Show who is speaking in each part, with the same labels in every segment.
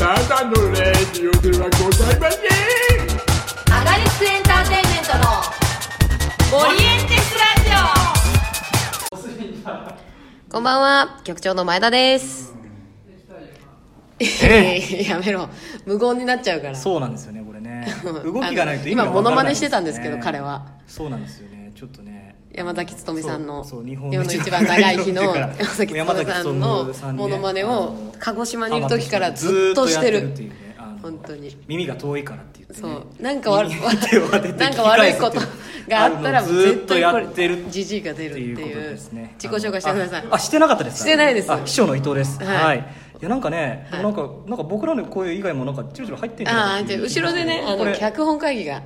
Speaker 1: あなたのレディオではございません
Speaker 2: アガリスクエンターテインメントのオリエンテスラジオこんばんは局長の前田ですえ やめろ無言になっちゃうから
Speaker 3: そうなんですよねこれ ね
Speaker 2: うん
Speaker 3: 動きがないと意味
Speaker 2: あ
Speaker 3: がわ
Speaker 2: の今モ
Speaker 3: か
Speaker 2: ノ
Speaker 3: らない
Speaker 2: マネ
Speaker 3: で
Speaker 2: し
Speaker 3: す
Speaker 2: て
Speaker 3: ね
Speaker 2: たんですけど彼は
Speaker 3: そうなんですよねちょっとね
Speaker 2: 山崎努さんの
Speaker 3: そうそう日
Speaker 2: 世
Speaker 3: 本
Speaker 2: の一番長い日の
Speaker 3: 山
Speaker 2: 山崎努さんのモノマネを鹿児島にいる時からずっとしてる本当に
Speaker 3: 耳が遠いからって言って、
Speaker 2: そ
Speaker 3: ね、
Speaker 2: うなんか悪い
Speaker 3: 耳に手を当てて
Speaker 2: なんか悪いこと
Speaker 3: 聞き返すっていう
Speaker 2: があったら
Speaker 3: の
Speaker 2: も
Speaker 3: を
Speaker 2: う
Speaker 3: ず
Speaker 2: 絶
Speaker 3: っと
Speaker 2: 対こ
Speaker 3: や
Speaker 2: れ
Speaker 3: ってる
Speaker 2: じじいが出るっ
Speaker 3: と
Speaker 2: てい
Speaker 3: こと
Speaker 2: う
Speaker 3: ですね
Speaker 2: 自己紹介してください
Speaker 3: ああしてなかったです
Speaker 2: してないです
Speaker 3: あ秘書の伊藤です
Speaker 2: はい
Speaker 3: はい、いやなんかね、
Speaker 2: はい
Speaker 3: なんかなんか僕らの声以外もなんかちょろちょろ入ってんじゃないか
Speaker 2: あ
Speaker 3: っ
Speaker 2: あ
Speaker 3: て
Speaker 2: じ
Speaker 3: い
Speaker 2: ゃあ
Speaker 3: う
Speaker 2: 後ろでねあ
Speaker 3: こ
Speaker 2: の
Speaker 3: れ
Speaker 2: 脚本会議が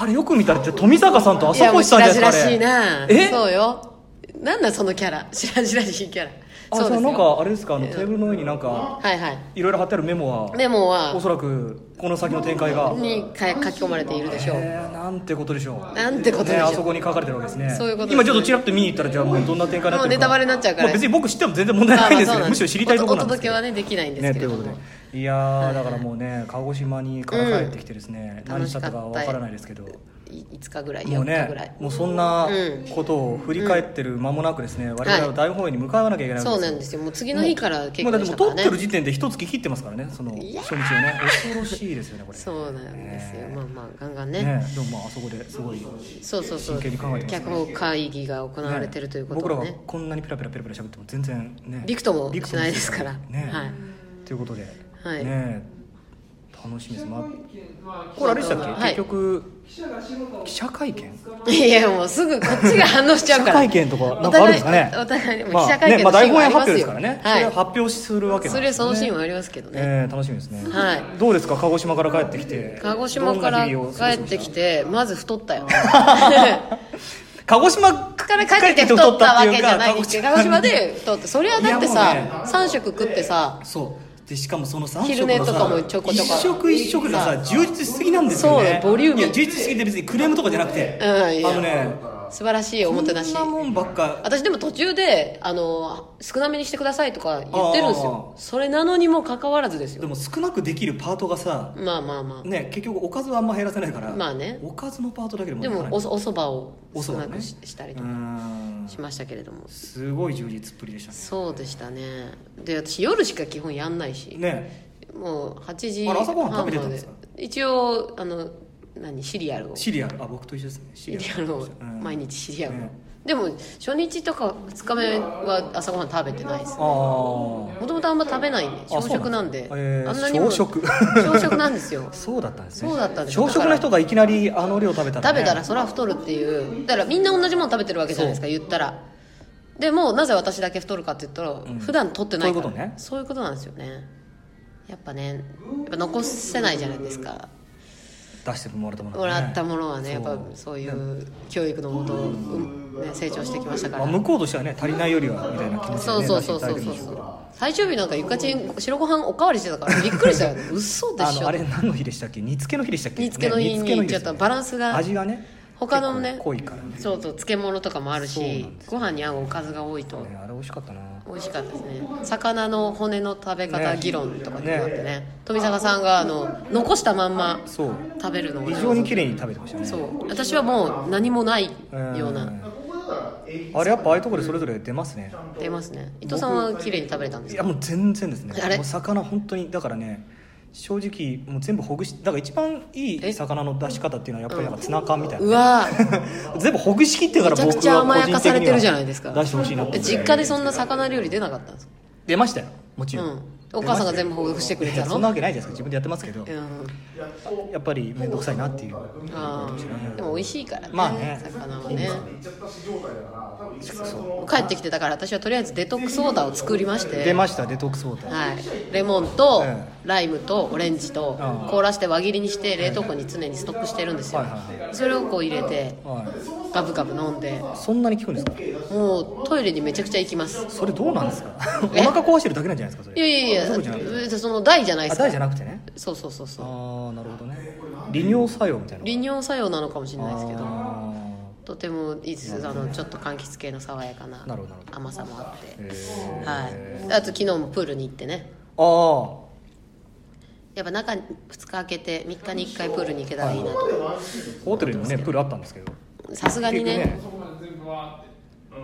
Speaker 3: あれよく見たら富坂さんと
Speaker 2: いや
Speaker 3: 朝
Speaker 2: もう
Speaker 3: 越
Speaker 2: し
Speaker 3: さんじゃないで
Speaker 2: らじら
Speaker 3: すか
Speaker 2: しいな
Speaker 3: え
Speaker 2: そうよなんだそのキャラしらじらしいキャラ
Speaker 3: あ
Speaker 2: そう
Speaker 3: じ
Speaker 2: で
Speaker 3: ゃあ
Speaker 2: す
Speaker 3: なん
Speaker 2: よ
Speaker 3: かあれですかあのテーブルの上になんか
Speaker 2: はいはい
Speaker 3: いろいろ貼ってあるメモは
Speaker 2: メモ
Speaker 3: お
Speaker 2: は
Speaker 3: そらくこの先の展開が
Speaker 2: にか書き込まれているでしょう
Speaker 3: えー、なんてことでしょう
Speaker 2: なんてことでしょう
Speaker 3: ねあそこに書かれてるわけですね
Speaker 2: そういうことですね
Speaker 3: 今ちょっとちらっと見に行ったらじゃあもうどんな展開になってるか
Speaker 2: もうネタバレになっちゃうから
Speaker 3: まあ別に僕知っても全然問題ないんですけ
Speaker 2: まあま
Speaker 3: ど
Speaker 2: あそうなんです
Speaker 3: むしろ知りたいところなん
Speaker 2: お
Speaker 3: ですけ
Speaker 2: 届け
Speaker 3: ど
Speaker 2: はねできないんです
Speaker 3: ね
Speaker 2: け
Speaker 3: という
Speaker 2: れど
Speaker 3: こ
Speaker 2: も
Speaker 3: とでいやーだからもうね鹿児島にから帰ってきてですね、
Speaker 2: うん
Speaker 3: 何したかわからないですけど
Speaker 2: い5日ぐらい
Speaker 3: もう
Speaker 2: 4日ぐらい
Speaker 3: ねもうそんな
Speaker 2: うん
Speaker 3: ことを振り返ってる間もなくですね、我々は大本営に向かわなきゃいけないわけ
Speaker 2: そうなんですよもう次の日から結
Speaker 3: もう
Speaker 2: 構
Speaker 3: だっ
Speaker 2: で
Speaker 3: て
Speaker 2: し
Speaker 3: も
Speaker 2: た
Speaker 3: う
Speaker 2: か
Speaker 3: 撮
Speaker 2: ら
Speaker 3: ってる
Speaker 2: ね
Speaker 3: 時点で一月切ってますからねその初
Speaker 2: い
Speaker 3: 日
Speaker 2: や
Speaker 3: をね恐ろしいですよねこれ
Speaker 2: そうなんですよ
Speaker 3: ね
Speaker 2: まあまあガンガンね
Speaker 3: ねでもまああそこですごい
Speaker 2: そうそうそう
Speaker 3: 真剣に考えてますね
Speaker 2: 脚本会議が行われてるというこ
Speaker 3: ね
Speaker 2: とは
Speaker 3: 僕
Speaker 2: ね
Speaker 3: らはこんなにペラペラペラペラ喋っても全然ね
Speaker 2: びくとも
Speaker 3: びく
Speaker 2: しないですから
Speaker 3: ね、
Speaker 2: はい
Speaker 3: ということで、
Speaker 2: はい
Speaker 3: ね楽しみです、まあ、これあれでしたっけ、
Speaker 2: はい
Speaker 3: 結局記者会見
Speaker 2: いやもうすぐこっちが反応しちゃうから
Speaker 3: 記者会見とかなんかあるんですかね
Speaker 2: お互いお互いに
Speaker 3: ま
Speaker 2: 記者会見
Speaker 3: ねま
Speaker 2: の
Speaker 3: あ、大
Speaker 2: シーンは
Speaker 3: 本
Speaker 2: あ
Speaker 3: 営
Speaker 2: り
Speaker 3: 発
Speaker 2: ます
Speaker 3: 表で
Speaker 2: よ
Speaker 3: すからね、
Speaker 2: は
Speaker 3: それ
Speaker 2: い
Speaker 3: 発表するわけなんです
Speaker 2: それはそのシーンは
Speaker 3: は
Speaker 2: ありますけどね
Speaker 3: えー楽しみですね、
Speaker 2: はい
Speaker 3: どうですか鹿児島から帰ってきて
Speaker 2: 鹿児島から帰ってき
Speaker 3: て
Speaker 2: てまず太ったよ
Speaker 3: 鹿児島
Speaker 2: から帰ってきて太ったわけじゃない
Speaker 3: ってうか
Speaker 2: 鹿児島で太ってそれはだっ
Speaker 3: いやも
Speaker 2: て
Speaker 3: う
Speaker 2: さ
Speaker 3: ね
Speaker 2: 3食食ってさ
Speaker 3: そうでしかもその3
Speaker 2: 昼
Speaker 3: 食
Speaker 2: 寝
Speaker 3: の
Speaker 2: とか
Speaker 3: さ
Speaker 2: もちょこちょこ
Speaker 3: 一食一食がさ充実しすぎなんですよ
Speaker 2: そう
Speaker 3: ね
Speaker 2: よボリューム
Speaker 3: いや充実しすぎて別にクレームとかじゃなくて、
Speaker 2: うんいや
Speaker 3: あのね
Speaker 2: 素晴らしいおもてなし
Speaker 3: こんなもんばっか
Speaker 2: 私でも途中であの少なめにしてくださいとか言ってるんですよそれなのにもかかわらずです
Speaker 3: で
Speaker 2: よ
Speaker 3: も少なくできるパートがさ、
Speaker 2: まあまあまあ
Speaker 3: ね、結局おかずはあんま減らせないから、
Speaker 2: まあね
Speaker 3: おかずのパートだけでも
Speaker 2: で
Speaker 3: いかな
Speaker 2: も
Speaker 3: い
Speaker 2: おそおそばを
Speaker 3: おそ
Speaker 2: 少
Speaker 3: ば
Speaker 2: な
Speaker 3: ね
Speaker 2: くししたり
Speaker 3: う
Speaker 2: とか
Speaker 3: ん
Speaker 2: しましたけれども
Speaker 3: すごい充実っぷりでしたね
Speaker 2: そうでしたねで私夜しか基本やんないし、
Speaker 3: ね
Speaker 2: もう8時
Speaker 3: あ
Speaker 2: 半
Speaker 3: れ朝ごはん
Speaker 2: ま
Speaker 3: 食べ
Speaker 2: で
Speaker 3: てたんですか
Speaker 2: 一応あの何シリアルをシ
Speaker 3: シリアルあ僕と一緒ですねシ
Speaker 2: リアルを
Speaker 3: うん
Speaker 2: 毎日シリアルを、
Speaker 3: ね
Speaker 2: でも初日とか2日目は朝ごはん食べてないです
Speaker 3: ああ
Speaker 2: もともとあんま食べないんで
Speaker 3: そうなんだ
Speaker 2: 朝食なんで
Speaker 3: へー
Speaker 2: あんなにも
Speaker 3: 朝食
Speaker 2: 朝食なんですよ
Speaker 3: そうだったんですね
Speaker 2: そうだったんですよ
Speaker 3: 朝食の人がいきなりあの量食べたら、ね、
Speaker 2: 食べたらそら太るっていうだからみんな同じもの食べてるわけじゃないですか言ったらでもなぜ私だけ太るかって言ったら、
Speaker 3: ん
Speaker 2: 普段取ってないから
Speaker 3: そういうことね
Speaker 2: そういうことなんですよねやっぱねやっぱ残せないじゃないですか
Speaker 3: 出してもらったもの、
Speaker 2: もらったものはねやっ
Speaker 3: そう
Speaker 2: ぱそういう教育のもと、うんね、成長してきましたか
Speaker 3: まあ、
Speaker 2: ら、
Speaker 3: 向こうとしてはね足りないよりはみたいな気持ちで、
Speaker 2: そう
Speaker 3: ね、
Speaker 2: そうそう
Speaker 3: 出
Speaker 2: そ
Speaker 3: していただいうてる
Speaker 2: そ
Speaker 3: でしょ
Speaker 2: うんそう
Speaker 3: から
Speaker 2: う最終日なんかゆかちん白ご飯おかわりしてたからびっくりしたよね嘘で
Speaker 3: あ
Speaker 2: し
Speaker 3: の
Speaker 2: ょ
Speaker 3: あれ何の日でしたっけ煮付けの日でしたっけ
Speaker 2: 煮付けの日
Speaker 3: 煮
Speaker 2: に
Speaker 3: 付けの日
Speaker 2: ち
Speaker 3: で
Speaker 2: ょっ
Speaker 3: すよ
Speaker 2: と
Speaker 3: ね
Speaker 2: バランスが
Speaker 3: 味がね
Speaker 2: 他のね
Speaker 3: 結構濃いからね
Speaker 2: そうそう漬物とかもある
Speaker 3: そう
Speaker 2: し
Speaker 3: なんですよ
Speaker 2: ご飯に合うおかずが多いと
Speaker 3: ねあれ美味しかったな
Speaker 2: 美味しかったですね魚の骨の食べ方
Speaker 3: ね
Speaker 2: 議論とかってなってね富坂さんがあの残したまんま
Speaker 3: そう
Speaker 2: 食べるのを
Speaker 3: 非常に綺麗に食べてましたね
Speaker 2: そう私はもう何もないような、
Speaker 3: えーあれやっぱああいうところでそれぞれ出ますね
Speaker 2: 出ますね伊藤さんは綺麗に食べれたんで
Speaker 3: い
Speaker 2: す
Speaker 3: や
Speaker 2: か
Speaker 3: もう全然ですね
Speaker 2: あれ
Speaker 3: もう魚本当にだからね正直もう全部ほぐしだから一番い
Speaker 2: え
Speaker 3: い魚の出し方っていうのはやっぱりなんかツナ缶みたいうな、
Speaker 2: わー
Speaker 3: 全部ほぐしきってから僕は
Speaker 2: めちゃくちゃ甘やかされてるじゃないですか
Speaker 3: 個人的には出してほしいなって
Speaker 2: 実家でそんな魚料理出なかったんですか
Speaker 3: 出ましたよもちろん、
Speaker 2: うんお母さんが全部ほぐしてくれたの
Speaker 3: いやそんなわけないじゃないですか自分でやってますけど、
Speaker 2: うん
Speaker 3: やっぱり面倒くさいなっていう
Speaker 2: あーでも美味しいからね,、
Speaker 3: まあね
Speaker 2: 魚はね帰ってきてだから私はとりあえずデトックスソーダを作りまして
Speaker 3: 出ましたデトックスウォーター、
Speaker 2: はい、レモンと
Speaker 3: え
Speaker 2: ライムとオレンジと
Speaker 3: うん
Speaker 2: 凍らして輪切りにして冷凍庫に常にストックしてるんですよ、
Speaker 3: はいはい
Speaker 2: それをこう入れて
Speaker 3: はい、
Speaker 2: ガブガブ飲んで
Speaker 3: そんなに効くんですか
Speaker 2: もうトイレにめちゃくちゃ行きます
Speaker 3: それどうなんですかお
Speaker 2: え
Speaker 3: 腹壊してるだけなんじゃないですかそ
Speaker 2: い
Speaker 3: れ
Speaker 2: やいやい
Speaker 3: そうじゃなくて
Speaker 2: やその台じゃないで
Speaker 3: あ
Speaker 2: すか
Speaker 3: 大じゃなくてね
Speaker 2: そうそうそうそう
Speaker 3: ああなるほどね利尿作用みたいな
Speaker 2: 利尿作用なのかもしれないですけど
Speaker 3: あ
Speaker 2: とてもいいですあのちょっと柑橘系の爽やかな
Speaker 3: なるほどなるほど
Speaker 2: 甘さもあって
Speaker 3: ーへー
Speaker 2: はい、あと昨日もプールに行ってね
Speaker 3: あ
Speaker 2: やっぱ中2日空けて3日に1回プールに行けたらいいなと
Speaker 3: あホテルにもねプールあったんですけど
Speaker 2: さすがにね
Speaker 3: 結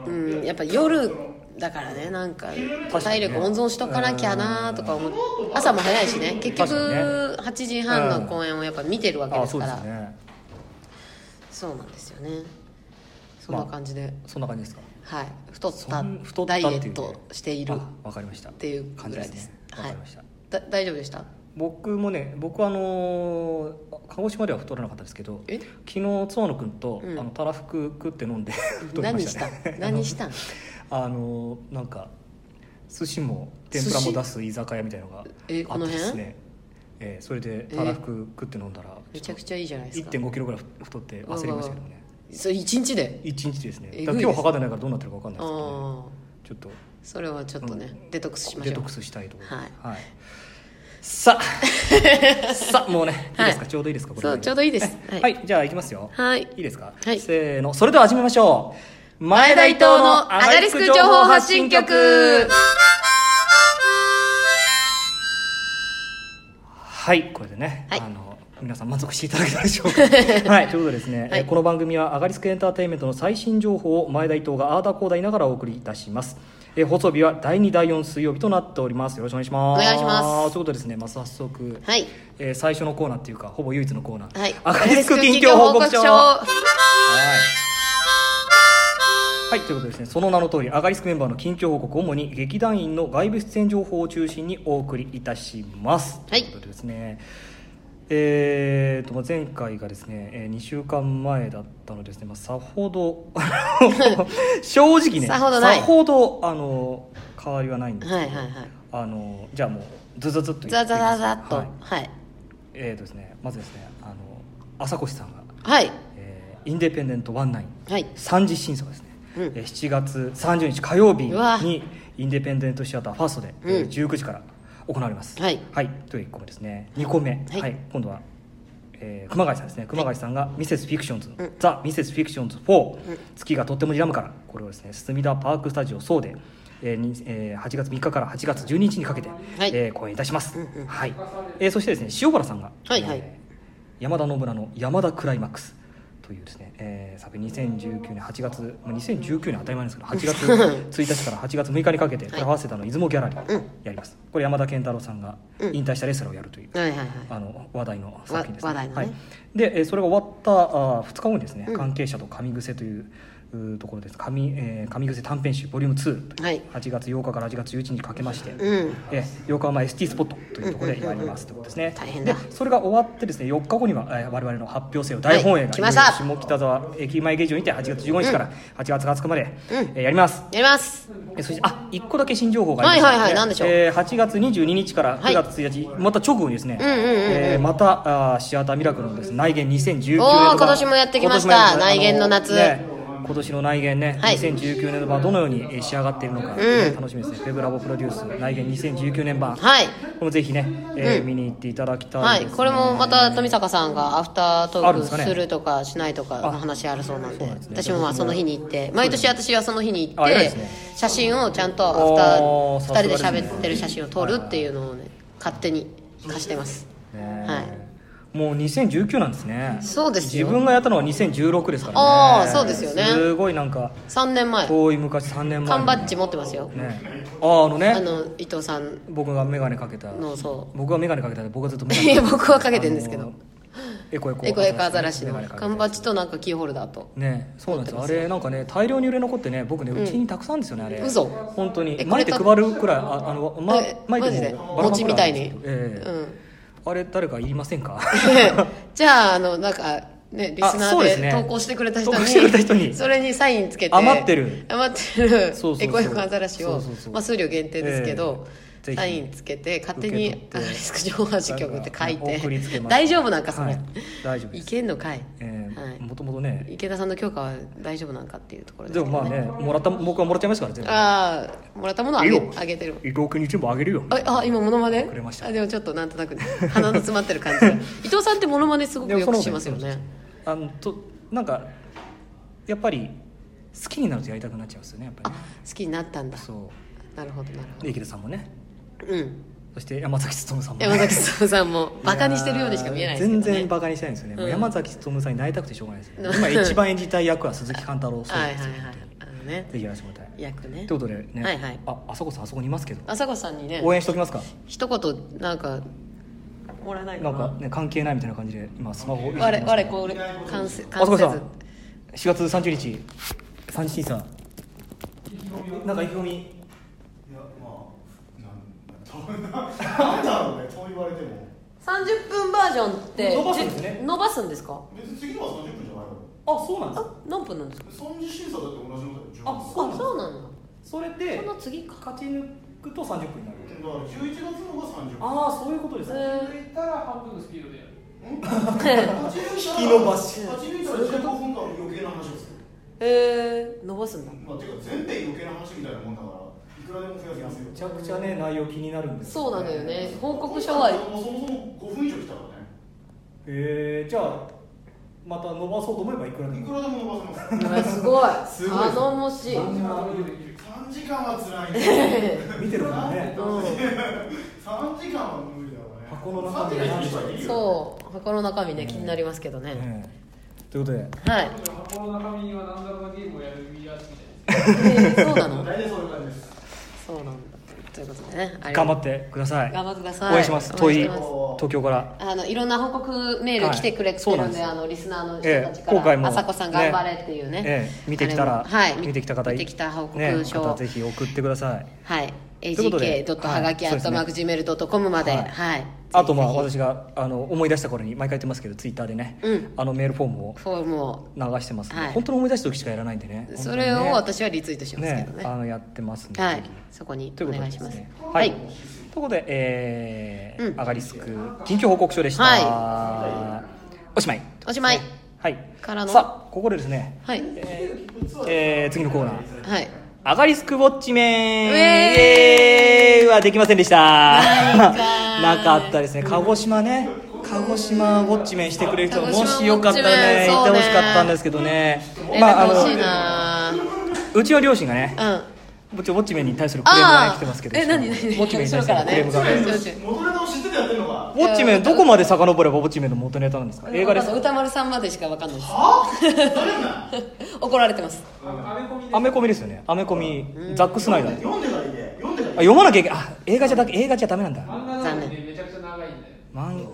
Speaker 2: うん、やっぱ夜だからねなんか
Speaker 3: 確か
Speaker 2: 体
Speaker 3: にね
Speaker 2: 力温存しとかなきゃなとか思って朝も早いしね結局
Speaker 3: 確か
Speaker 2: 8時半の公演をやっぱ見てるわけ
Speaker 3: あ
Speaker 2: で
Speaker 3: あ
Speaker 2: す
Speaker 3: そう
Speaker 2: か
Speaker 3: で
Speaker 2: ら
Speaker 3: すね
Speaker 2: そうなんですよねそんな感じで、
Speaker 3: そんな感じですか
Speaker 2: はい太っ
Speaker 3: そ
Speaker 2: た
Speaker 3: ん太った
Speaker 2: ダ
Speaker 3: っ
Speaker 2: イ
Speaker 3: て
Speaker 2: エ
Speaker 3: いうね
Speaker 2: ットしているっ
Speaker 3: あわかりましたって
Speaker 2: いうぐらいです
Speaker 3: わ
Speaker 2: は
Speaker 3: か
Speaker 2: い
Speaker 3: りました、
Speaker 2: だ大丈夫でした
Speaker 3: 僕もね僕はあのー鹿児島では太らなかったですけど
Speaker 2: え
Speaker 3: 昨日妻野君と、
Speaker 2: うん
Speaker 3: あのたらふく食って飲んで太りま
Speaker 2: 何
Speaker 3: し
Speaker 2: したた
Speaker 3: ね
Speaker 2: 何したん
Speaker 3: あのーなんか寿司も天ぷらも出す居酒屋みたいのがあっ
Speaker 2: えこ
Speaker 3: て
Speaker 2: の辺
Speaker 3: ですねえーそれで
Speaker 2: え
Speaker 3: たらふく食って飲んだら
Speaker 2: めちゃくちゃいいじゃないです
Speaker 3: 1
Speaker 2: か
Speaker 3: 5キロぐらい太って焦りましたけどね
Speaker 2: それ1日で
Speaker 3: 1日ですね
Speaker 2: えぐい
Speaker 3: だから
Speaker 2: です
Speaker 3: 今日測ってないからどうなってるか分かんない
Speaker 2: あ
Speaker 3: ですけど、ね、
Speaker 2: あ
Speaker 3: ちょっと
Speaker 2: それはちょっとね、
Speaker 3: うん
Speaker 2: デトックスしまし
Speaker 3: デ
Speaker 2: ょう
Speaker 3: トックスしたいところで
Speaker 2: はい
Speaker 3: はい、さ あさあもうねいいですか、
Speaker 2: はい
Speaker 3: ちょうどいいですかこれ
Speaker 2: そうちょうどいいです
Speaker 3: は、
Speaker 2: はいい
Speaker 3: じゃあいきますよ
Speaker 2: はい
Speaker 3: いいですか、
Speaker 2: はい
Speaker 3: せーのそれでは始めましょう
Speaker 2: 前田伊藤のアガリスク情報発信局
Speaker 3: はいこれでね、
Speaker 2: はい
Speaker 3: あの皆さん満足していただけたでし ょうかはいということでですね、
Speaker 2: はい
Speaker 3: えーこの番組はアガリスクエンターテインメントの最新情報を前田伊藤がアーダーコーダーいながらお送りいたしますえー放送日は第2第4水曜日となっておりますよろしくお願いします
Speaker 2: お願いします
Speaker 3: ということでですねまず早速、
Speaker 2: はい
Speaker 3: えー最初のコーナーっていうかほぼ唯一のコーナー、
Speaker 2: はい
Speaker 3: アガリスク近況報告書はい
Speaker 2: は
Speaker 3: はいということでですねその名の通りアガリスクメンバーの近況報告を主に劇団員の外部出演情報を中心にお送りいたします、
Speaker 2: はい
Speaker 3: ということでですねえー、とまあ前回がですね、えー、2週間前だったのでですね、まあ、さほ ど正直ね
Speaker 2: さほどない
Speaker 3: ほどあの変わりはないんですけど、
Speaker 2: いはいはい
Speaker 3: あのじゃあもうズズズっといって
Speaker 2: ザザザザっと
Speaker 3: は
Speaker 2: はいい、はい
Speaker 3: えーとですね、まずですねあの朝越さんが、
Speaker 2: はい、
Speaker 3: えーインデペンデントワンナイン三次審査がですね、
Speaker 2: うん
Speaker 3: えー7月30日火曜日
Speaker 2: うわ
Speaker 3: にインデペンデントシアターファーストで、
Speaker 2: う
Speaker 3: え
Speaker 2: ん
Speaker 3: ー19時から行われます
Speaker 2: はい
Speaker 3: という1個目ですね2個目、は
Speaker 2: はいい
Speaker 3: 今度は、えー熊谷さんですね熊谷さんがミセスフィクションズの、
Speaker 2: うん
Speaker 3: ザ・ミセスフィクションズ4、
Speaker 2: うん
Speaker 3: 月がとっても睨むからこれをですね隅田パークスタジオそうで、えーにえー8月3日から8月12日にかけて、
Speaker 2: い
Speaker 3: えー公演いたします、
Speaker 2: うんうん
Speaker 3: はいえーそしてですね塩原さんが、
Speaker 2: はいはい
Speaker 3: えー山田信村の「山田クライマックス」というですね、えー作品2019年8月まあ2019年当たり前ですけど8月1日から8月6日にかけてこれ合わせたの出雲ギャラリーやります、これ山田健太郎さんが
Speaker 2: うん
Speaker 3: 引退したレスラーをやるという、
Speaker 2: はいはいはい
Speaker 3: あの話題の作品です、
Speaker 2: わ話題のね
Speaker 3: はい、でえーそれが終わったあー2日後にですね、
Speaker 2: うん
Speaker 3: 関係者と神癖といううーところです神,、えー神癖短編集ボリューム2という、
Speaker 2: はい
Speaker 3: 8月8日から8月11日にかけまして、
Speaker 2: うん
Speaker 3: えー横浜 ST スポットというところでやりますということですね、
Speaker 2: 大変だ
Speaker 3: でそれが終わってですね4日後には、えー我々の発表生を大本営が、
Speaker 2: はい来ました
Speaker 3: 下北沢駅前劇場にて8月15日から8月20日まで、
Speaker 2: うん
Speaker 3: えーやります
Speaker 2: やります
Speaker 3: えそしてあ一個だけ新情報がありま
Speaker 2: はいはい
Speaker 3: す
Speaker 2: はい何でしょう
Speaker 3: えー8月22日から
Speaker 2: は
Speaker 3: 9
Speaker 2: い
Speaker 3: 月1日、また直後にですね、
Speaker 2: うんうんうんうん
Speaker 3: えーまたあーシアターミラクルのです、ね、内見2019年度
Speaker 2: お
Speaker 3: 版
Speaker 2: ー今年もやってきました
Speaker 3: 今年もやっ
Speaker 2: 内見の夏
Speaker 3: あね今年の内見ね、
Speaker 2: はい
Speaker 3: 2019年度版どのようにえー仕上がっているのか、ね楽しみですねフェブラボプロデュース内見2019年版、
Speaker 2: はい
Speaker 3: これもぜひね、えー
Speaker 2: うん
Speaker 3: 見に行っていただきた
Speaker 2: はいい
Speaker 3: です、ね
Speaker 2: これもまた富坂さんがアフタート
Speaker 3: あ
Speaker 2: ー
Speaker 3: るんですか
Speaker 2: ク
Speaker 3: ね
Speaker 2: するとかしないとかの話あるそうなんで
Speaker 3: なんですね
Speaker 2: 私もまあその日に行って毎年私はその日に行
Speaker 3: あ
Speaker 2: っ
Speaker 3: 偉いで
Speaker 2: て
Speaker 3: すね
Speaker 2: 写真をちゃんと
Speaker 3: お
Speaker 2: ア
Speaker 3: ー
Speaker 2: フター
Speaker 3: さ
Speaker 2: 2人
Speaker 3: すがで
Speaker 2: です
Speaker 3: ね
Speaker 2: 喋ってる写真を撮るっていうのをね勝手に貸してます
Speaker 3: ね
Speaker 2: はい
Speaker 3: もう2019なんですね
Speaker 2: そうですよ
Speaker 3: 自分がやったのは2016ですからね
Speaker 2: ああそうですよね
Speaker 3: すごいなんか
Speaker 2: 3年前
Speaker 3: 遠い昔3年前
Speaker 2: 缶バッジ持ってますよ
Speaker 3: ねあああのね
Speaker 2: あの伊藤さん
Speaker 3: 僕が眼鏡かけた
Speaker 2: のそ
Speaker 3: 僕が眼鏡かけたんで僕はずっと眼
Speaker 2: う
Speaker 3: 鏡
Speaker 2: いや僕はかけてるんですけ
Speaker 3: あ
Speaker 2: ど
Speaker 3: のエコエコ
Speaker 2: エコエコアザラシの
Speaker 3: 眼鏡かけた
Speaker 2: 缶バッジとなんかキーホルダーと
Speaker 3: ねそうなんですよあれなんかね大量に売れ残ってね僕ねうちにたくさんですよねあれ
Speaker 2: 嘘
Speaker 3: 本当に
Speaker 2: えこ
Speaker 3: 巻いて
Speaker 2: れた
Speaker 3: 配るくらいああのま
Speaker 2: え
Speaker 3: 巻い
Speaker 2: マジ
Speaker 3: て
Speaker 2: で
Speaker 3: もバラバラ
Speaker 2: 餅みたいに
Speaker 3: なんですけどええ
Speaker 2: うん
Speaker 3: あれ誰かいりません か
Speaker 2: じゃああのなんかねリス
Speaker 3: あ
Speaker 2: ナ
Speaker 3: そうです
Speaker 2: ー
Speaker 3: ね
Speaker 2: で投稿してくれた人
Speaker 3: 投稿してくれた人
Speaker 2: に
Speaker 3: に
Speaker 2: それにサインつけて
Speaker 3: 余ってる
Speaker 2: 余ってる
Speaker 3: そうそうそう
Speaker 2: エコエコアザラシを
Speaker 3: そうそうそう
Speaker 2: まあ数量限定ですけど、
Speaker 3: ええぜひ
Speaker 2: サインつけて勝手
Speaker 3: 受け
Speaker 2: に
Speaker 3: 取っ
Speaker 2: 「
Speaker 3: て
Speaker 2: アガリスク情報発信局」って書い
Speaker 3: なんか送りつけ
Speaker 2: て
Speaker 3: ます
Speaker 2: 大丈夫なんかそ
Speaker 3: は
Speaker 2: れ、
Speaker 3: い大丈夫で
Speaker 2: い、
Speaker 3: す
Speaker 2: けんのかい、
Speaker 3: ええ
Speaker 2: はい
Speaker 3: もともとね
Speaker 2: 池田さんの許可は大丈夫なんかっていうところです
Speaker 3: でもまあねもらった僕はもらっちゃいましたから全部
Speaker 2: ああもらったものをあ
Speaker 3: いい
Speaker 2: げ
Speaker 3: よ
Speaker 2: あげてる
Speaker 3: 伊藤君に全部あげるよ
Speaker 2: ああ今モノマネ
Speaker 3: くれました
Speaker 2: あでもちょっとなんとなく鼻の詰まって る感じが伊藤さんってモノマネすごく
Speaker 3: でも
Speaker 2: よ
Speaker 3: その
Speaker 2: くしますよね
Speaker 3: あのとなんかやっぱり好きになるとやりたくなっちゃうんですよねやっぱ
Speaker 2: あ
Speaker 3: りね
Speaker 2: 好きになったんだ
Speaker 3: そ
Speaker 2: なるほどなる
Speaker 3: うで池田さんもね
Speaker 2: ほどうん
Speaker 3: そして山崎努さんも
Speaker 2: 山崎努さんもバカにしてるようにしか見えないですけど、ね、
Speaker 3: 全然バカにしてないんですよね、もう山崎努さんになりたくてしょうがないです、
Speaker 2: うん
Speaker 3: 今一番演じたい役は鈴木貫太郎さ
Speaker 2: は
Speaker 3: ん
Speaker 2: い
Speaker 3: です
Speaker 2: は
Speaker 3: よ、
Speaker 2: いはいあのね
Speaker 3: ぜひやらせてもらいたい
Speaker 2: 役ね
Speaker 3: ということでね、
Speaker 2: はいはい
Speaker 3: ああそこさんあそこにいますけど
Speaker 2: 朝子さんにね
Speaker 3: 応援しておきますか
Speaker 2: 一言なんかもらえない
Speaker 3: なんか、ね、関係ないみたいな感じで今スマホをいじって
Speaker 2: 我
Speaker 3: ます
Speaker 2: 我これ関せ
Speaker 3: あそこ
Speaker 2: 関
Speaker 3: さ
Speaker 2: せ
Speaker 3: ん
Speaker 2: ず
Speaker 3: 4月30日三日さんなんか意気込み
Speaker 4: いやまあなん なんだろうねそう言われても
Speaker 2: 30分バージョンって
Speaker 3: 伸ばすんですね
Speaker 2: じ伸ばすんですか
Speaker 4: 別に次のは30分じゃないの
Speaker 3: あそうなんです
Speaker 2: あ何分なんですか
Speaker 4: 三次審査だって同じのだよ
Speaker 3: あ
Speaker 2: あ
Speaker 3: そうなんだ
Speaker 2: そうなの
Speaker 3: それで
Speaker 2: その次か
Speaker 3: 勝ち抜くと30分になる
Speaker 4: だから11月のが30分
Speaker 3: ああそういうことです
Speaker 2: え
Speaker 3: ね
Speaker 5: 行っ
Speaker 2: ー
Speaker 5: たら半分のスピードでやる
Speaker 3: 引き
Speaker 4: 引
Speaker 3: 伸ばし
Speaker 4: 8分から15分間は余計な話ですよ
Speaker 2: えー、伸ばすんだ
Speaker 4: まあていうか全編余計な話みたいなもんだからいくらでも増やせますよ
Speaker 3: めちゃくちゃね内容気になるんです
Speaker 2: そうなのよね報告書
Speaker 4: は
Speaker 2: は
Speaker 4: もうそもそも5分以上来たからね
Speaker 3: えー、じゃあまた伸ばそうと思えばいくらで
Speaker 4: いく
Speaker 3: も
Speaker 4: らでも伸ばせます
Speaker 2: えーすごい
Speaker 3: すごい
Speaker 2: 頼もしい
Speaker 3: あんな
Speaker 4: 3時間は辛い ね
Speaker 3: 見てるからね
Speaker 2: う
Speaker 4: 3時間は無理だわね
Speaker 3: 箱の中身が
Speaker 4: 3時間い
Speaker 2: ん
Speaker 4: いよ
Speaker 2: そう箱の中身ね気になりますけどね
Speaker 3: ねということで
Speaker 2: はい、
Speaker 5: 箱の中身には何だろうなゲームをやるウィアーズみたいな
Speaker 2: えー、そうな
Speaker 4: 大
Speaker 2: の
Speaker 4: 体そういう感じです
Speaker 2: そうなんだということでねありが
Speaker 3: 頑
Speaker 2: と
Speaker 3: 張
Speaker 2: う
Speaker 3: ってください
Speaker 2: 頑張ってください
Speaker 3: 応援します
Speaker 2: 応
Speaker 3: 遠
Speaker 2: 援し
Speaker 3: い
Speaker 2: てます
Speaker 3: 東京から
Speaker 2: あのいろんな報告メール来てくれ
Speaker 3: は
Speaker 2: て
Speaker 3: いそう
Speaker 2: る
Speaker 3: なん
Speaker 2: んで,、
Speaker 3: ですよ
Speaker 2: あのリスナーの人
Speaker 3: え
Speaker 2: たち
Speaker 3: え
Speaker 2: か
Speaker 3: 今回
Speaker 2: ら「
Speaker 3: も
Speaker 2: あさこさん頑張れ」っていうね
Speaker 3: ええ見てきた
Speaker 2: あ
Speaker 3: ら
Speaker 2: れもはい
Speaker 3: 見てきた方
Speaker 2: 見てきた報
Speaker 3: ね
Speaker 2: 告書を、
Speaker 3: 方ぜひ送ってください
Speaker 2: はい
Speaker 3: いうことで
Speaker 2: agk.
Speaker 3: は
Speaker 2: はいがき
Speaker 3: そうですね
Speaker 2: atmarkgmail.com まで
Speaker 3: は
Speaker 2: はいい、はい、
Speaker 3: あとまあ
Speaker 2: ぜ
Speaker 3: 私
Speaker 2: ひぜ
Speaker 3: があの思い出した頃に毎回言ってますけどツイッターでね、
Speaker 2: うん
Speaker 3: あのメールフォームを
Speaker 2: ひフォームを
Speaker 3: 流してますんで、
Speaker 2: はい
Speaker 3: 本当に思い出した時しかやらないんでね
Speaker 2: それを私はリツイートし
Speaker 3: 本当に
Speaker 2: ます
Speaker 3: ね
Speaker 2: けどね
Speaker 3: ねあのやってますんで、
Speaker 2: はい
Speaker 3: ぜひ
Speaker 2: そこに
Speaker 3: とい
Speaker 2: お
Speaker 3: うこと
Speaker 2: 願
Speaker 3: でで
Speaker 2: いし
Speaker 3: す
Speaker 2: ます
Speaker 3: ね
Speaker 2: はい、
Speaker 3: ということで、えー
Speaker 2: うん
Speaker 3: アガリスク緊急報告書でした、
Speaker 2: は
Speaker 3: おしまい
Speaker 2: おしまい
Speaker 3: はい
Speaker 2: からの
Speaker 3: さあここでですね、
Speaker 2: はい
Speaker 3: えー次のコーナー
Speaker 2: はい
Speaker 3: アガリスクウォッチメン
Speaker 2: ウェー
Speaker 3: イ
Speaker 2: イ
Speaker 3: エーイはできませんでした
Speaker 2: ないんかい
Speaker 3: なかったですね鹿児島ね鹿児島ウォッチメンしてくれる人がもしよかったらね
Speaker 2: 鹿
Speaker 3: 行
Speaker 2: 児島ウ
Speaker 3: って
Speaker 2: ォッチメン
Speaker 3: ほ
Speaker 2: そ
Speaker 3: し
Speaker 2: うね
Speaker 3: かったんですけどね
Speaker 2: 連
Speaker 3: まああ
Speaker 2: 絡欲しい
Speaker 3: の
Speaker 2: な
Speaker 3: うちの両親がね
Speaker 2: あうん
Speaker 3: もちろんウォッチメンに対するクレームがね
Speaker 2: あ
Speaker 3: 来てます
Speaker 2: あ
Speaker 3: けど
Speaker 2: え何
Speaker 3: ウ
Speaker 2: 何
Speaker 3: ォッチメンに対するクレームが
Speaker 2: 後
Speaker 4: ね
Speaker 2: ろからね
Speaker 4: 元ネタを知っててやってんのか
Speaker 3: ウォッチメンどこまで遡ればウォッチメンの元ネタなんですか映画です
Speaker 2: わかんない歌丸さんまでしかわかんないです
Speaker 4: はあ誰なんだ
Speaker 2: 怒られてます
Speaker 5: アメコミで
Speaker 3: アメコミですよねアメコミザック・スナイダー
Speaker 4: 読んでからいいね読んでから
Speaker 3: あ
Speaker 4: いい
Speaker 3: 読まなきゃいけないあ映画じゃだけ映画じゃダメなんだ
Speaker 5: 漫画なのでめちゃくちゃ長いんだよ
Speaker 3: マン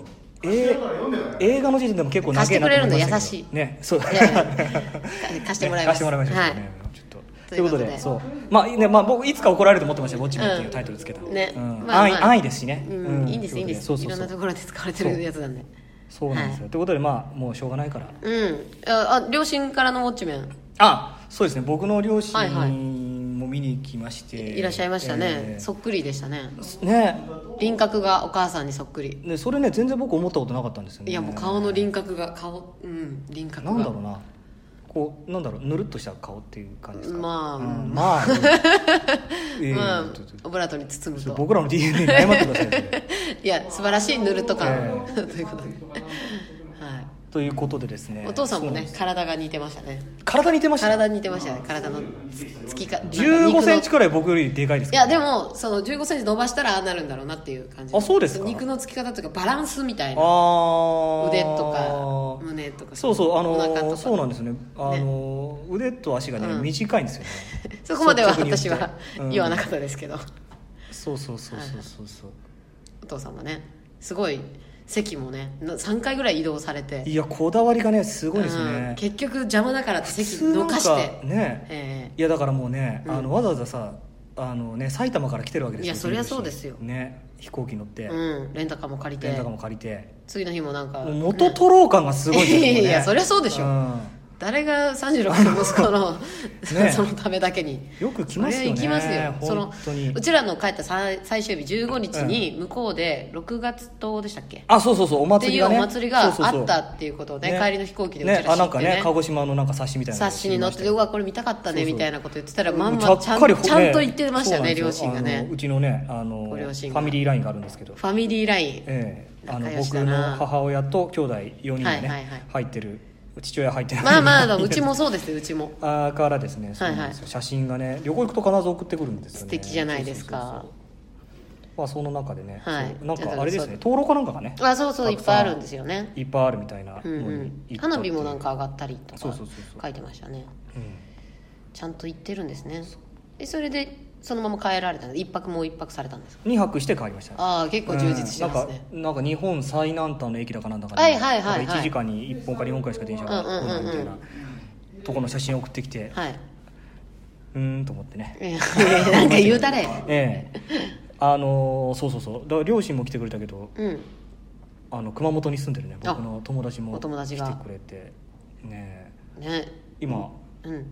Speaker 4: 知
Speaker 3: え
Speaker 4: らんから読んでからいい
Speaker 3: 映画の時点でも結構長いなと思いましたけど
Speaker 2: 貸してく
Speaker 3: ねそう
Speaker 2: いや いや貸してもらいま
Speaker 3: 貸
Speaker 2: す
Speaker 3: してもらいましょう
Speaker 2: はい
Speaker 3: ねちょっとと
Speaker 2: と
Speaker 3: い
Speaker 2: いうう
Speaker 3: こ
Speaker 2: ことと
Speaker 3: で
Speaker 2: で
Speaker 3: そうまあねまあ僕いつか怒られると思ってましたウォッチメンっていうタイトルつけた
Speaker 2: うんね
Speaker 3: うん
Speaker 2: まあまあ
Speaker 3: 安易安易ですしね
Speaker 2: うん
Speaker 3: う
Speaker 2: いいんですいいんです
Speaker 3: そうそうそ
Speaker 2: いろんなと
Speaker 3: う
Speaker 2: ころで使われてるやつなんで
Speaker 3: そうなんですよということでまあもうしょうがないから
Speaker 2: うんああ両親からのウォッチメン
Speaker 3: あそうですね僕の両親
Speaker 2: はいはい
Speaker 3: も見に来まして
Speaker 2: いらっしゃいましたね
Speaker 3: えー
Speaker 2: そっくりでしたね
Speaker 3: ね
Speaker 2: 輪郭がお母さんにそっくり
Speaker 3: ねそれね全然僕思ったことなかったんですよね
Speaker 2: いやもう顔の輪郭が顔うん輪郭が
Speaker 3: なんだろうなこうなんだろうぬるっとした顔っていう感じですか
Speaker 2: まあ
Speaker 3: うんまあええ
Speaker 2: まあ
Speaker 3: ちょっと
Speaker 2: オブラートに包む
Speaker 3: ちょっと
Speaker 2: と
Speaker 3: 僕らの DNA に謝ってくださいよ
Speaker 2: いや素晴らしいヌルト感
Speaker 3: え
Speaker 2: ということではい
Speaker 3: ということでですね
Speaker 2: お父さんも
Speaker 3: そうなん
Speaker 2: ね
Speaker 3: です
Speaker 2: 体が似てましたね
Speaker 3: 体似てました
Speaker 2: 体似てましたね体のつきかなんか
Speaker 3: 15
Speaker 2: 肉の
Speaker 3: センチくらい僕よりでかいです
Speaker 2: いやでもその1 5ンチ伸ばしたらああなるんだろうなっていう感じ
Speaker 3: あそうですか
Speaker 2: 肉のつき方というかバランスみたいな
Speaker 3: ああ
Speaker 2: 腕とか胸とか
Speaker 3: そうそうあ
Speaker 2: お腹と
Speaker 3: の
Speaker 2: か
Speaker 3: そうなんですよねあの腕と足がね
Speaker 2: うん
Speaker 3: 短いんです よね
Speaker 2: そこまでは
Speaker 3: 率直に
Speaker 2: 私
Speaker 3: 言って
Speaker 2: は
Speaker 3: うん
Speaker 2: 言わなかったですけど、
Speaker 3: そうそうそうそうそうそう
Speaker 2: お父さんもねすごい席もねな3回ぐらい移動されて
Speaker 3: いやこだわりがねすごいです
Speaker 2: うん
Speaker 3: ね
Speaker 2: 結局邪魔だからって
Speaker 3: 普
Speaker 2: 席
Speaker 3: 通な
Speaker 2: ど
Speaker 3: ん
Speaker 2: かして、
Speaker 3: ね
Speaker 2: え
Speaker 3: いやだからもうね、
Speaker 2: うん
Speaker 3: あのわざわざさあのね埼玉から来てるわけですよ
Speaker 2: いやそりゃそうですよ
Speaker 3: ね飛行機乗って、
Speaker 2: えうん、レンタカーも借り
Speaker 3: レン
Speaker 2: て
Speaker 3: タカーも借りて
Speaker 2: 次の日もなんか、
Speaker 3: もう元取ろう感がすごいですよ、ね、
Speaker 2: いやそりゃそうでしょ
Speaker 3: ん
Speaker 2: 誰が36の息子の、
Speaker 3: ねえ
Speaker 2: そのためだけに
Speaker 3: よく来ますよね
Speaker 2: それ行きますよその
Speaker 3: 本当に
Speaker 2: うちらの帰った最最終日15日に向こうで6月島でしたっけ、
Speaker 3: あそうそうそうお
Speaker 2: って
Speaker 3: 祭り
Speaker 2: いう
Speaker 3: が
Speaker 2: お
Speaker 3: ね
Speaker 2: 祭りが
Speaker 3: そうそうそう
Speaker 2: あったっていうことをね
Speaker 3: ね
Speaker 2: 帰りの飛行機でう
Speaker 3: ね
Speaker 2: ち
Speaker 3: あ
Speaker 2: ら知
Speaker 3: な
Speaker 2: っ
Speaker 3: ん
Speaker 2: て
Speaker 3: か
Speaker 2: ね
Speaker 3: ね鹿児島のなんか冊子みたいなのを
Speaker 2: 冊子に載っててうわこれ見たかった
Speaker 3: そう
Speaker 2: ね
Speaker 3: そう
Speaker 2: みたいなこと言ってたらまん
Speaker 3: も
Speaker 2: ま
Speaker 3: う
Speaker 2: ちゃんと
Speaker 3: ほ
Speaker 2: ちゃんと言ってましたよ
Speaker 3: そうなん
Speaker 2: ね両
Speaker 3: ですよ
Speaker 2: 親が
Speaker 3: あの
Speaker 2: ね
Speaker 3: うちのねあのフ
Speaker 2: ご両親が
Speaker 3: ァミリーラインがあるんですけど
Speaker 2: ファミリーライン、
Speaker 3: ええあの
Speaker 2: 仲良し
Speaker 3: 僕
Speaker 2: だな
Speaker 3: の母親と兄弟4人がね、
Speaker 2: はいはいはい
Speaker 3: 入ってる父親入ってる
Speaker 2: まあまああのうちもそうですようちも
Speaker 3: あーからですね、そうなん
Speaker 2: はい
Speaker 3: で
Speaker 2: はい
Speaker 3: すよ写真がね旅行行くと必ず送ってくるんですよね
Speaker 2: 素敵じゃないです
Speaker 3: そうそう
Speaker 2: か
Speaker 3: そうまあその中でね、
Speaker 2: はい
Speaker 3: そうなん
Speaker 2: ちょっ
Speaker 3: か
Speaker 2: と
Speaker 3: あれですね灯籠かなんかがね
Speaker 2: あそうそうい
Speaker 3: た
Speaker 2: っ
Speaker 3: くさん
Speaker 2: ぱいあるんですよね
Speaker 3: いっぱいあるみたいな
Speaker 2: うん
Speaker 3: の
Speaker 2: う
Speaker 3: に
Speaker 2: ん
Speaker 3: 行ったっていう
Speaker 2: 花火もなんか上がったりと
Speaker 3: そう
Speaker 2: か
Speaker 3: そうそうそう
Speaker 2: 書いてましたね
Speaker 3: うん
Speaker 2: ちゃんと行ってるんですねでそれでそのまま帰られたんで一泊もう一泊されたんですか
Speaker 3: 二泊して帰りましたね
Speaker 2: ああ結構充実してますね、
Speaker 3: うんなんかなんか日本最南端の駅だかなんだか
Speaker 2: はいはいはいはい
Speaker 3: 1時間に1本か2本くらいしか電車が来ないみたい
Speaker 2: うんうんうん
Speaker 3: なとこの写真送ってきて
Speaker 2: はいう
Speaker 3: ーんと思ってね
Speaker 2: いや なんか言うたれ
Speaker 3: ええあのーそうそうそうだから両親も来てくれたけど
Speaker 2: うん
Speaker 3: あの熊本に住んでるね
Speaker 2: あ
Speaker 3: 僕の友達も
Speaker 2: お
Speaker 3: 来て
Speaker 2: 友達が
Speaker 3: くれてねえ
Speaker 2: ね
Speaker 3: 今
Speaker 2: うん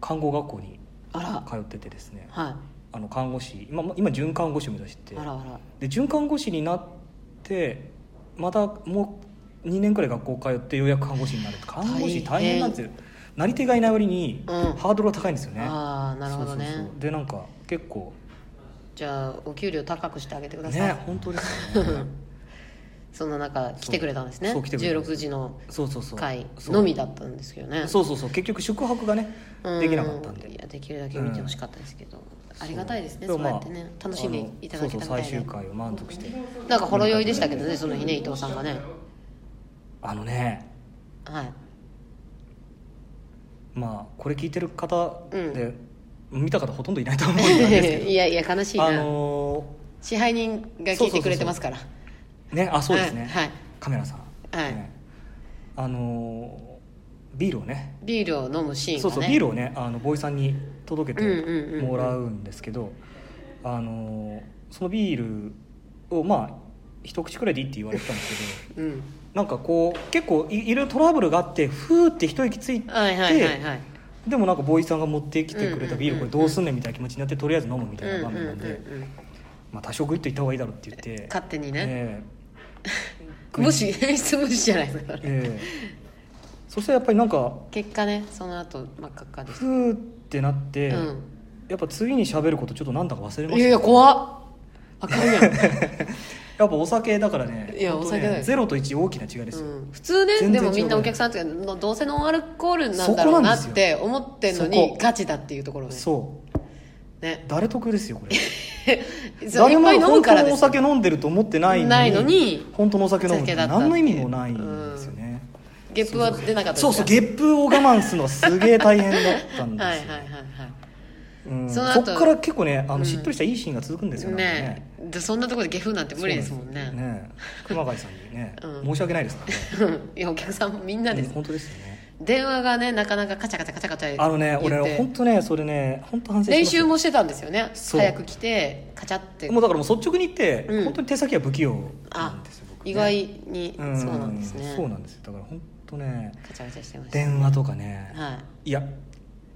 Speaker 3: 看護学校に
Speaker 2: あら
Speaker 3: 通っててですね
Speaker 2: は
Speaker 3: あの看護師今今准看護師を目指して
Speaker 2: いあらあら
Speaker 3: で准看護師になってまたもう2年くらい学校通ってようやく看護師になる看護師大変なんですよなり手がいない割に
Speaker 2: うん
Speaker 3: ハードルが高いんですよね、
Speaker 2: ああなるほどね
Speaker 3: そうそうそうでなんか結構
Speaker 2: じゃあお給料高くしてあげてください、
Speaker 3: ね本当ですよ ね
Speaker 2: そんな中来てくれたんですね
Speaker 3: そう来てくれたんです
Speaker 2: 16時の
Speaker 3: そうそうそう
Speaker 2: 会
Speaker 3: そう
Speaker 2: のみだったんですけどね
Speaker 3: そうそうそう結局宿泊がね
Speaker 2: うん
Speaker 3: できなかったんで
Speaker 2: いやできるだけ見てほしかったですけど、ありがたいですね
Speaker 3: そ
Speaker 2: そう
Speaker 3: で
Speaker 2: う
Speaker 3: も
Speaker 2: や
Speaker 3: まあ
Speaker 2: ってね楽しみいただけたみ
Speaker 3: あ
Speaker 2: た
Speaker 3: の
Speaker 2: い
Speaker 3: そうそう最
Speaker 2: で
Speaker 3: 終回を満足して
Speaker 2: なんかほろ酔いでしたけどねその日ね伊藤さんがね
Speaker 3: あのね
Speaker 2: はい
Speaker 3: まあこれ聞いてる方
Speaker 2: うん
Speaker 3: で、見た方ほとんどいないと思うんですけど
Speaker 2: いやいや悲しいな、
Speaker 3: あの
Speaker 2: 支配人が聞いてくれてますから
Speaker 3: ーねあそうですね、
Speaker 2: はいはい
Speaker 3: カメラさん、
Speaker 2: はい
Speaker 3: ねあのービールをね
Speaker 2: ビールを飲むシーンがね
Speaker 3: そうそうビールをねあのボーイさんに届け
Speaker 2: うんうんうん
Speaker 3: て
Speaker 2: うん
Speaker 3: もらうんですけど、あのーそのビールをまあ一口くらいでいいって言われてたんですけど
Speaker 2: うん
Speaker 3: なんかこう結構いいろいろトラブルがあってふーって一息ついて、
Speaker 2: はいはいはいはい
Speaker 3: でもなんかボーイさんが持ってきてくれたビール
Speaker 2: うん
Speaker 3: こ
Speaker 2: うんうんうん
Speaker 3: れどうすんねんみたいな気持ちになってとりあえず飲むみたいな場面なんで、
Speaker 2: うんうんうんうん
Speaker 3: まあ、多少グイッといった方がいいだろうって言って
Speaker 2: 勝手にね、
Speaker 3: ええ
Speaker 2: も し質問しじゃないですか
Speaker 3: ええそしたらやっぱりなんか
Speaker 2: 結果ねその後真っ赤っかでし
Speaker 3: ふーってなって、
Speaker 2: た、
Speaker 3: やっぱ次に喋ることちょっとなんだか忘れまし
Speaker 2: う
Speaker 3: た
Speaker 2: ん、いやいや 怖っあかんやん、
Speaker 3: やっぱお酒だからね
Speaker 2: いや
Speaker 3: 本当ね
Speaker 2: お酒だよ
Speaker 3: ゼロと1大きな違いですよ、
Speaker 2: うん、普通ね
Speaker 3: 全
Speaker 2: で
Speaker 3: 然違う
Speaker 2: もみんなお客さんっていうかどうせノンアルコールなんだ
Speaker 3: そ
Speaker 2: ろ
Speaker 3: こ
Speaker 2: う
Speaker 3: な
Speaker 2: なん
Speaker 3: です
Speaker 2: っ
Speaker 3: よ
Speaker 2: て思ってんの
Speaker 3: そこ
Speaker 2: にガチだっていうところね
Speaker 3: そう
Speaker 2: ね
Speaker 3: 誰得ですよこれ
Speaker 2: そういっぱい飲む
Speaker 3: 本
Speaker 2: から
Speaker 3: 当
Speaker 2: で
Speaker 3: の
Speaker 2: す
Speaker 3: お酒飲んでると思ってないのに
Speaker 2: ないのに
Speaker 3: 本当のお酒飲むっ
Speaker 2: お酒
Speaker 3: て
Speaker 2: だったって
Speaker 3: 何の意味もないんですよね、
Speaker 2: ゲップは出なかった
Speaker 3: そうそうゲップを我慢するのはすげえ大変だったん
Speaker 2: プ
Speaker 3: ですよ、
Speaker 2: はいはいはいは
Speaker 3: うん、
Speaker 2: そ
Speaker 3: そ
Speaker 2: の後
Speaker 3: っから結構ねあ
Speaker 2: うん
Speaker 3: のしっとりしたいいシーンが続くんですよ
Speaker 2: いねえでそんなところでゲフなんて
Speaker 3: え
Speaker 2: 無理ですもんね
Speaker 3: ねえ 熊谷さんにね、
Speaker 2: うん
Speaker 3: 申し訳ないです からね
Speaker 2: いやお客さんみんなです、
Speaker 3: うん本当ですよね
Speaker 2: 電話がねなかなかカチャカチャカチャカチャ
Speaker 3: あのね
Speaker 2: 言って
Speaker 3: 俺本当ねそれね本当反省して
Speaker 2: 練
Speaker 3: ます
Speaker 2: 習もしてたんですよね
Speaker 3: そう
Speaker 2: 早く来てカチャって
Speaker 3: もうだからもう率直に言って、
Speaker 2: うん
Speaker 3: 本当に手先は不器用な
Speaker 2: あ
Speaker 3: んですよ僕ね
Speaker 2: 意外にそうなんですね
Speaker 3: うそうなんですよだから本当ね
Speaker 2: カチャカチャしてました
Speaker 3: 電話とかね、、
Speaker 2: はい
Speaker 3: や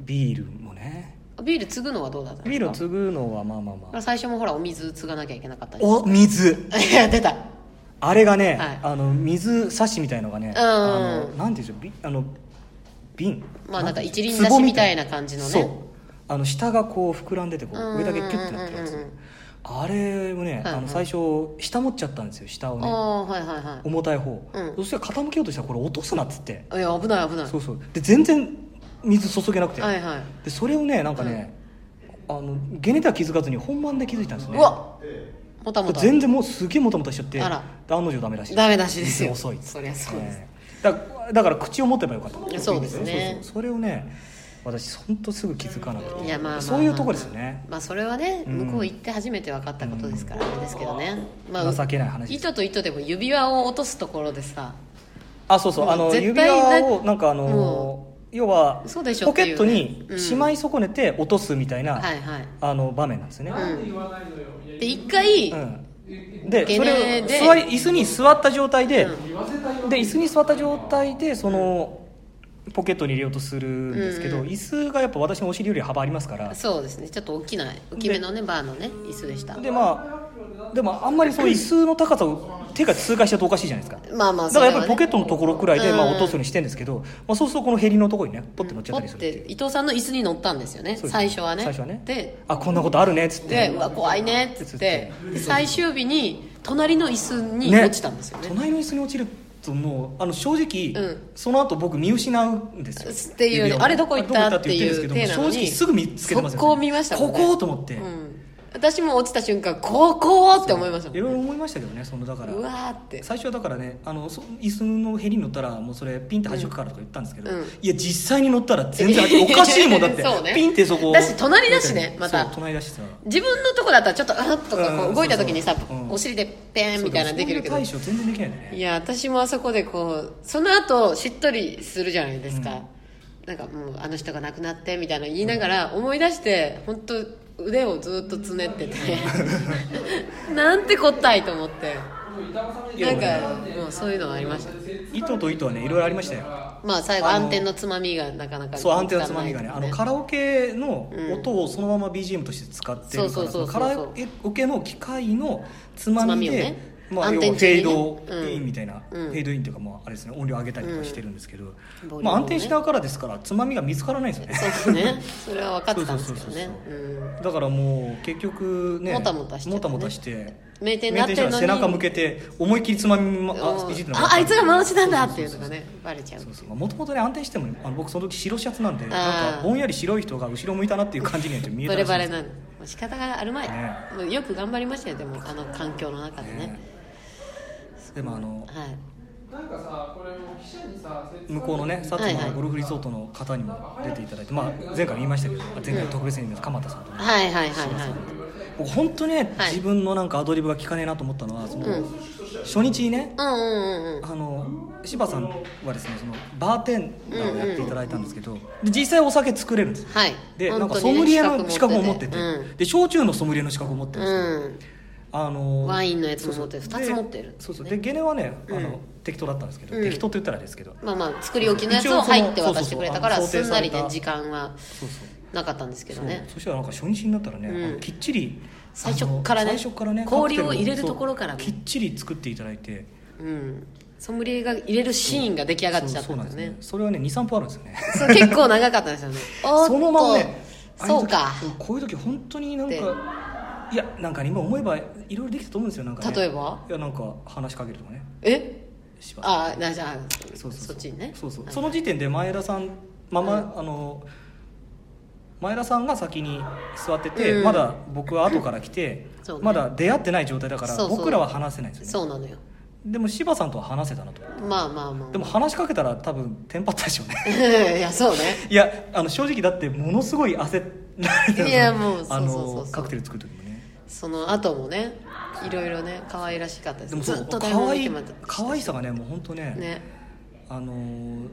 Speaker 3: ビールもね
Speaker 2: いビール継ぐのはどうだったんですか
Speaker 3: ビールを継ぐのはまあまあまあ
Speaker 2: 最初もほらお水継がなきゃいけなかったり
Speaker 3: お水
Speaker 2: い や出た
Speaker 3: あれがね、
Speaker 2: はい
Speaker 3: あの水差しみたいのがね、
Speaker 2: ん
Speaker 3: あのなんていうんでしょうびあの瓶
Speaker 2: まあなんか
Speaker 3: てい
Speaker 2: 一
Speaker 3: う
Speaker 2: 輪
Speaker 3: でしょう
Speaker 2: 挿し
Speaker 3: 壺
Speaker 2: みたいな感じのね
Speaker 3: そうあの下がこう膨らんでてこ
Speaker 2: うんうん
Speaker 3: う
Speaker 2: うん
Speaker 3: 上だけキュッてなってるや
Speaker 2: うん
Speaker 3: つ
Speaker 2: うんうん
Speaker 3: あれをね、
Speaker 2: はいはい
Speaker 3: あの最初下持っちゃったんですよ下を
Speaker 2: あ
Speaker 3: ね
Speaker 2: あはいはいは
Speaker 3: 重たい方、
Speaker 2: うん
Speaker 3: そしたら傾けようとしたらこれ落とすなっつって、
Speaker 2: いいや危ない危ない
Speaker 3: そうそうで全然水注げなくて、
Speaker 2: はいはい
Speaker 3: でそれをねなんかね、あのゲネでは気づかずに本番で気づいたんですね
Speaker 2: うわもたもた
Speaker 3: 全然もうすげえもたもたしちゃって
Speaker 2: あら
Speaker 3: で案の定ダメらしい
Speaker 2: ダメ出しですよ
Speaker 3: 遅いっつって
Speaker 2: そりゃそうです
Speaker 3: ええだだから口を持てばよかった
Speaker 2: そうですね
Speaker 3: そうそうそれをね私本当すぐ気づかなくて
Speaker 2: いやまあまあまあまあ
Speaker 3: そういうとこですよね
Speaker 2: まあそれはね
Speaker 3: うん
Speaker 2: 向こう行って初めて分かったことですからあれですけどねまあ
Speaker 3: 情けない話です
Speaker 2: 糸と糸でも指輪を落とすところでさ
Speaker 3: あそうそうあ
Speaker 2: もう
Speaker 3: の
Speaker 2: 絶
Speaker 3: 指
Speaker 2: 対な
Speaker 3: 輪をなんかあの
Speaker 2: も
Speaker 3: 要は
Speaker 2: そうでしょ
Speaker 3: ポ
Speaker 2: って
Speaker 3: ケ
Speaker 2: いうね
Speaker 3: ットに
Speaker 2: うん
Speaker 3: しまい損ねて落とすみたいな
Speaker 2: はいはい
Speaker 3: あの場面なんですよね
Speaker 5: なんで言わないのよいや
Speaker 2: で一回
Speaker 3: うん
Speaker 5: 言
Speaker 3: で
Speaker 2: ゲ
Speaker 3: そ
Speaker 2: ネ
Speaker 3: れ
Speaker 2: で
Speaker 3: を座り椅子に座った状態で
Speaker 2: うん
Speaker 5: 言わせたよ
Speaker 3: で椅子に座った状態でそのポケットに入れようとするんですけど、
Speaker 2: うんうん
Speaker 3: 椅子がやっぱ私のお尻より幅ありますから
Speaker 2: そうですねちょっと大きな大きめのねバーのね椅子でした
Speaker 3: でまあでもあんまりそう椅子の高さを手が通過しちゃうとおかしいじゃないですか
Speaker 2: まあまあ
Speaker 3: だからやっぱりポケットのと
Speaker 2: こ
Speaker 3: ころくらいで、
Speaker 2: うん
Speaker 3: まあ、落とすようにしてんですけど、まあ、そうするとこのヘリのところにねポッて乗っちゃったりするっていう
Speaker 2: 伊藤さんの椅子に乗ったんですよね
Speaker 3: そうです
Speaker 2: 最初はね
Speaker 3: 最初はね
Speaker 2: で
Speaker 3: あこんなことあるねっつって
Speaker 2: でうわ怖いねっつって
Speaker 3: つって
Speaker 2: で最終日に隣の椅子に
Speaker 3: ね
Speaker 2: 落ちたんですよね
Speaker 3: 隣の椅子に落ちるともうあの正直、
Speaker 2: うん
Speaker 3: その後僕見失うんですよ
Speaker 2: っていう
Speaker 3: 指輪を
Speaker 2: あれどこ行った
Speaker 3: あれどこ行ったって言ってるんですけど
Speaker 2: っていう体なのに
Speaker 3: 正直すぐ見つけてますよ
Speaker 2: 速攻見ましたもんね
Speaker 3: ここと思って、
Speaker 2: うん私も落ちた瞬間ここって思いましたもん
Speaker 3: いろいろ思いましたけどねそのだから
Speaker 2: うわーって
Speaker 3: 最初はだからねあのそ椅子のへりに乗ったらもうそれピンって端っこからとか言ったんですけど、
Speaker 2: うんうん
Speaker 3: いや実際に乗ったら全然味おかしいもんだって、
Speaker 2: そうね
Speaker 3: ピンってそこ
Speaker 2: だし隣だしねまた
Speaker 3: そう隣だしさ
Speaker 2: 自分のとこだったらちょっとあっとかこ
Speaker 3: うん
Speaker 2: う動いた時にさ、
Speaker 3: そうそううん
Speaker 2: お尻でペーンみたいなのできるけど
Speaker 3: そうでもそんな対処全然できないんだよ
Speaker 2: い
Speaker 3: ね
Speaker 2: や私もあそこでこうその後しっとりするじゃないですか、なんかもうあの人が亡くなってみたいなの言いながら思い出して本当腕をずっとつねってて なんてこったいと思ってなんかもうそういうのはありました
Speaker 3: 糸と糸はねいろいろありましたよ
Speaker 2: まあ最後
Speaker 3: あの
Speaker 2: 暗転のつまみがなかなか
Speaker 3: そうアンテナつまみがねあのカラオケの
Speaker 2: うん
Speaker 3: 音をそのまま BGM として使ってるから、
Speaker 2: そうそうそうそう
Speaker 3: カラオケの機械のつまみで
Speaker 2: つまみをね
Speaker 3: まあ、
Speaker 2: 暗
Speaker 3: 要は
Speaker 2: 転
Speaker 3: フ
Speaker 2: 中
Speaker 3: ェ
Speaker 2: にね
Speaker 3: ードインみたいな、
Speaker 2: うん
Speaker 3: フェードインというか、まあ、あれですね音量上げたりとかしてるんですけど、
Speaker 2: ボリュームをね
Speaker 3: まあ、暗転しながらですからつまみが見つからないんですよね
Speaker 2: そうですねそれは分かってたんですけど
Speaker 3: そ
Speaker 2: ね
Speaker 3: うそうそう
Speaker 2: うん
Speaker 3: だからもう結局ね
Speaker 2: もたもたしてたね
Speaker 3: もたもたして
Speaker 2: 名店になってんの
Speaker 3: 名店じゃ
Speaker 2: に
Speaker 3: ない背中向けて思いっきりつまみま
Speaker 2: う
Speaker 3: あ
Speaker 2: ん
Speaker 3: いじって
Speaker 2: ああいつが回しなんだっていうのがねバレちゃう
Speaker 3: そうそうもともとね安定してもあの僕その時白シャツなんで
Speaker 2: ー
Speaker 3: なんかぼんやり白い人が後ろ向いたなっていう感じにはちょっと見えたら
Speaker 2: バレ
Speaker 3: しいん
Speaker 2: バ
Speaker 3: で
Speaker 2: レ
Speaker 3: すけ
Speaker 2: な
Speaker 3: ど
Speaker 2: のもう仕方があるまい、
Speaker 3: ね
Speaker 2: もうよく頑張りましたよでもあの環境の中でね
Speaker 3: ねでもあの
Speaker 2: はい
Speaker 5: なんかさこれも記者にさ
Speaker 3: 向こうのね
Speaker 5: 説
Speaker 3: 薩
Speaker 5: 明
Speaker 2: はい
Speaker 3: 摩
Speaker 2: はい
Speaker 3: のゴルフリゾートの方にも出ていただいて、まあ、前回も言いましたけど前回特別に鎌田さんとね
Speaker 2: はいはいはいはい
Speaker 3: 僕本当ね、
Speaker 2: はい
Speaker 3: 自分のなんかアドリブが効かねえなと思ったのはその、
Speaker 2: うん
Speaker 3: 初日にね
Speaker 2: うんうんうんうん
Speaker 3: あの柴さんはですねそのバーテンダーをやっていただいたんですけど、で実際お酒作れるんです
Speaker 2: はい
Speaker 3: でなん
Speaker 2: 本
Speaker 3: か
Speaker 2: 当
Speaker 3: ソ
Speaker 2: にね
Speaker 3: ムリエの資格を持ってて
Speaker 2: うん
Speaker 3: で焼酎のソムリエの資格を持ってるんですよ、
Speaker 2: うん
Speaker 3: あの
Speaker 2: ワインのやつも持ってる
Speaker 3: そうそう
Speaker 2: 二つ持ってる
Speaker 3: でそうそうでゲネはねあの、
Speaker 2: うん
Speaker 3: 適当だったんですけど、
Speaker 2: うん
Speaker 3: 適当って言ったらですけど
Speaker 2: まあまあ作り置きのやつを入って渡してくれたから
Speaker 3: 一応そ
Speaker 2: す
Speaker 3: の
Speaker 2: んなりね時間は
Speaker 3: そうそう
Speaker 2: なかったんですけどね
Speaker 3: そうそしたらなんか初日になったらね、
Speaker 2: うん
Speaker 3: あのきっちり
Speaker 2: 最初からね
Speaker 3: あの最初からね
Speaker 2: 氷
Speaker 3: カ
Speaker 2: を
Speaker 3: クテル
Speaker 2: 入れるところからね
Speaker 3: そうきっちり作っていただいて
Speaker 2: うんソムリエが入れるシーンが出来上がっちゃった
Speaker 3: そうんな
Speaker 2: だ
Speaker 3: ん
Speaker 2: よ
Speaker 3: です
Speaker 2: ね
Speaker 3: ねそれはね23分あるんですよね
Speaker 2: そう結構長かったですよねおっと
Speaker 3: そのままねあの時
Speaker 2: そうか
Speaker 3: こういう時本当になん
Speaker 2: で
Speaker 3: かいやなんかね今思えばいろいろできたと思うんですよなんか、ね、
Speaker 2: 例えば
Speaker 3: いやなんか話しかけるとかね
Speaker 2: え
Speaker 3: しば
Speaker 2: ああじゃあ
Speaker 3: そうそうそう
Speaker 2: そっちにね
Speaker 3: そうそう
Speaker 2: はい
Speaker 3: その時点で前田さんまま、あの前田さんが先に座ってて、
Speaker 2: うん
Speaker 3: まだ僕は後から来て、
Speaker 2: そうね
Speaker 3: まだ出会ってない状態だから
Speaker 2: そうそう
Speaker 3: 僕らは話せないんですよね
Speaker 2: そうなのよ
Speaker 3: でも柴さんとは話せたなと
Speaker 2: まあまあまあ
Speaker 3: でも話しかけたら多分テンパったでしょうね
Speaker 2: いやそうね
Speaker 3: いやあの正直だってものすごい焦って
Speaker 2: いやもう
Speaker 3: あ
Speaker 2: そうそうそう
Speaker 3: の
Speaker 2: そう
Speaker 3: カクテル作る時もね
Speaker 2: その後もねいろいろね可愛らしかったです
Speaker 3: でもそ
Speaker 2: ずっ
Speaker 3: う
Speaker 2: と台
Speaker 3: 可
Speaker 2: 本見
Speaker 3: 愛
Speaker 2: て
Speaker 3: い
Speaker 2: もらった
Speaker 3: 可愛さがねもう本当ね
Speaker 2: ね
Speaker 3: あのー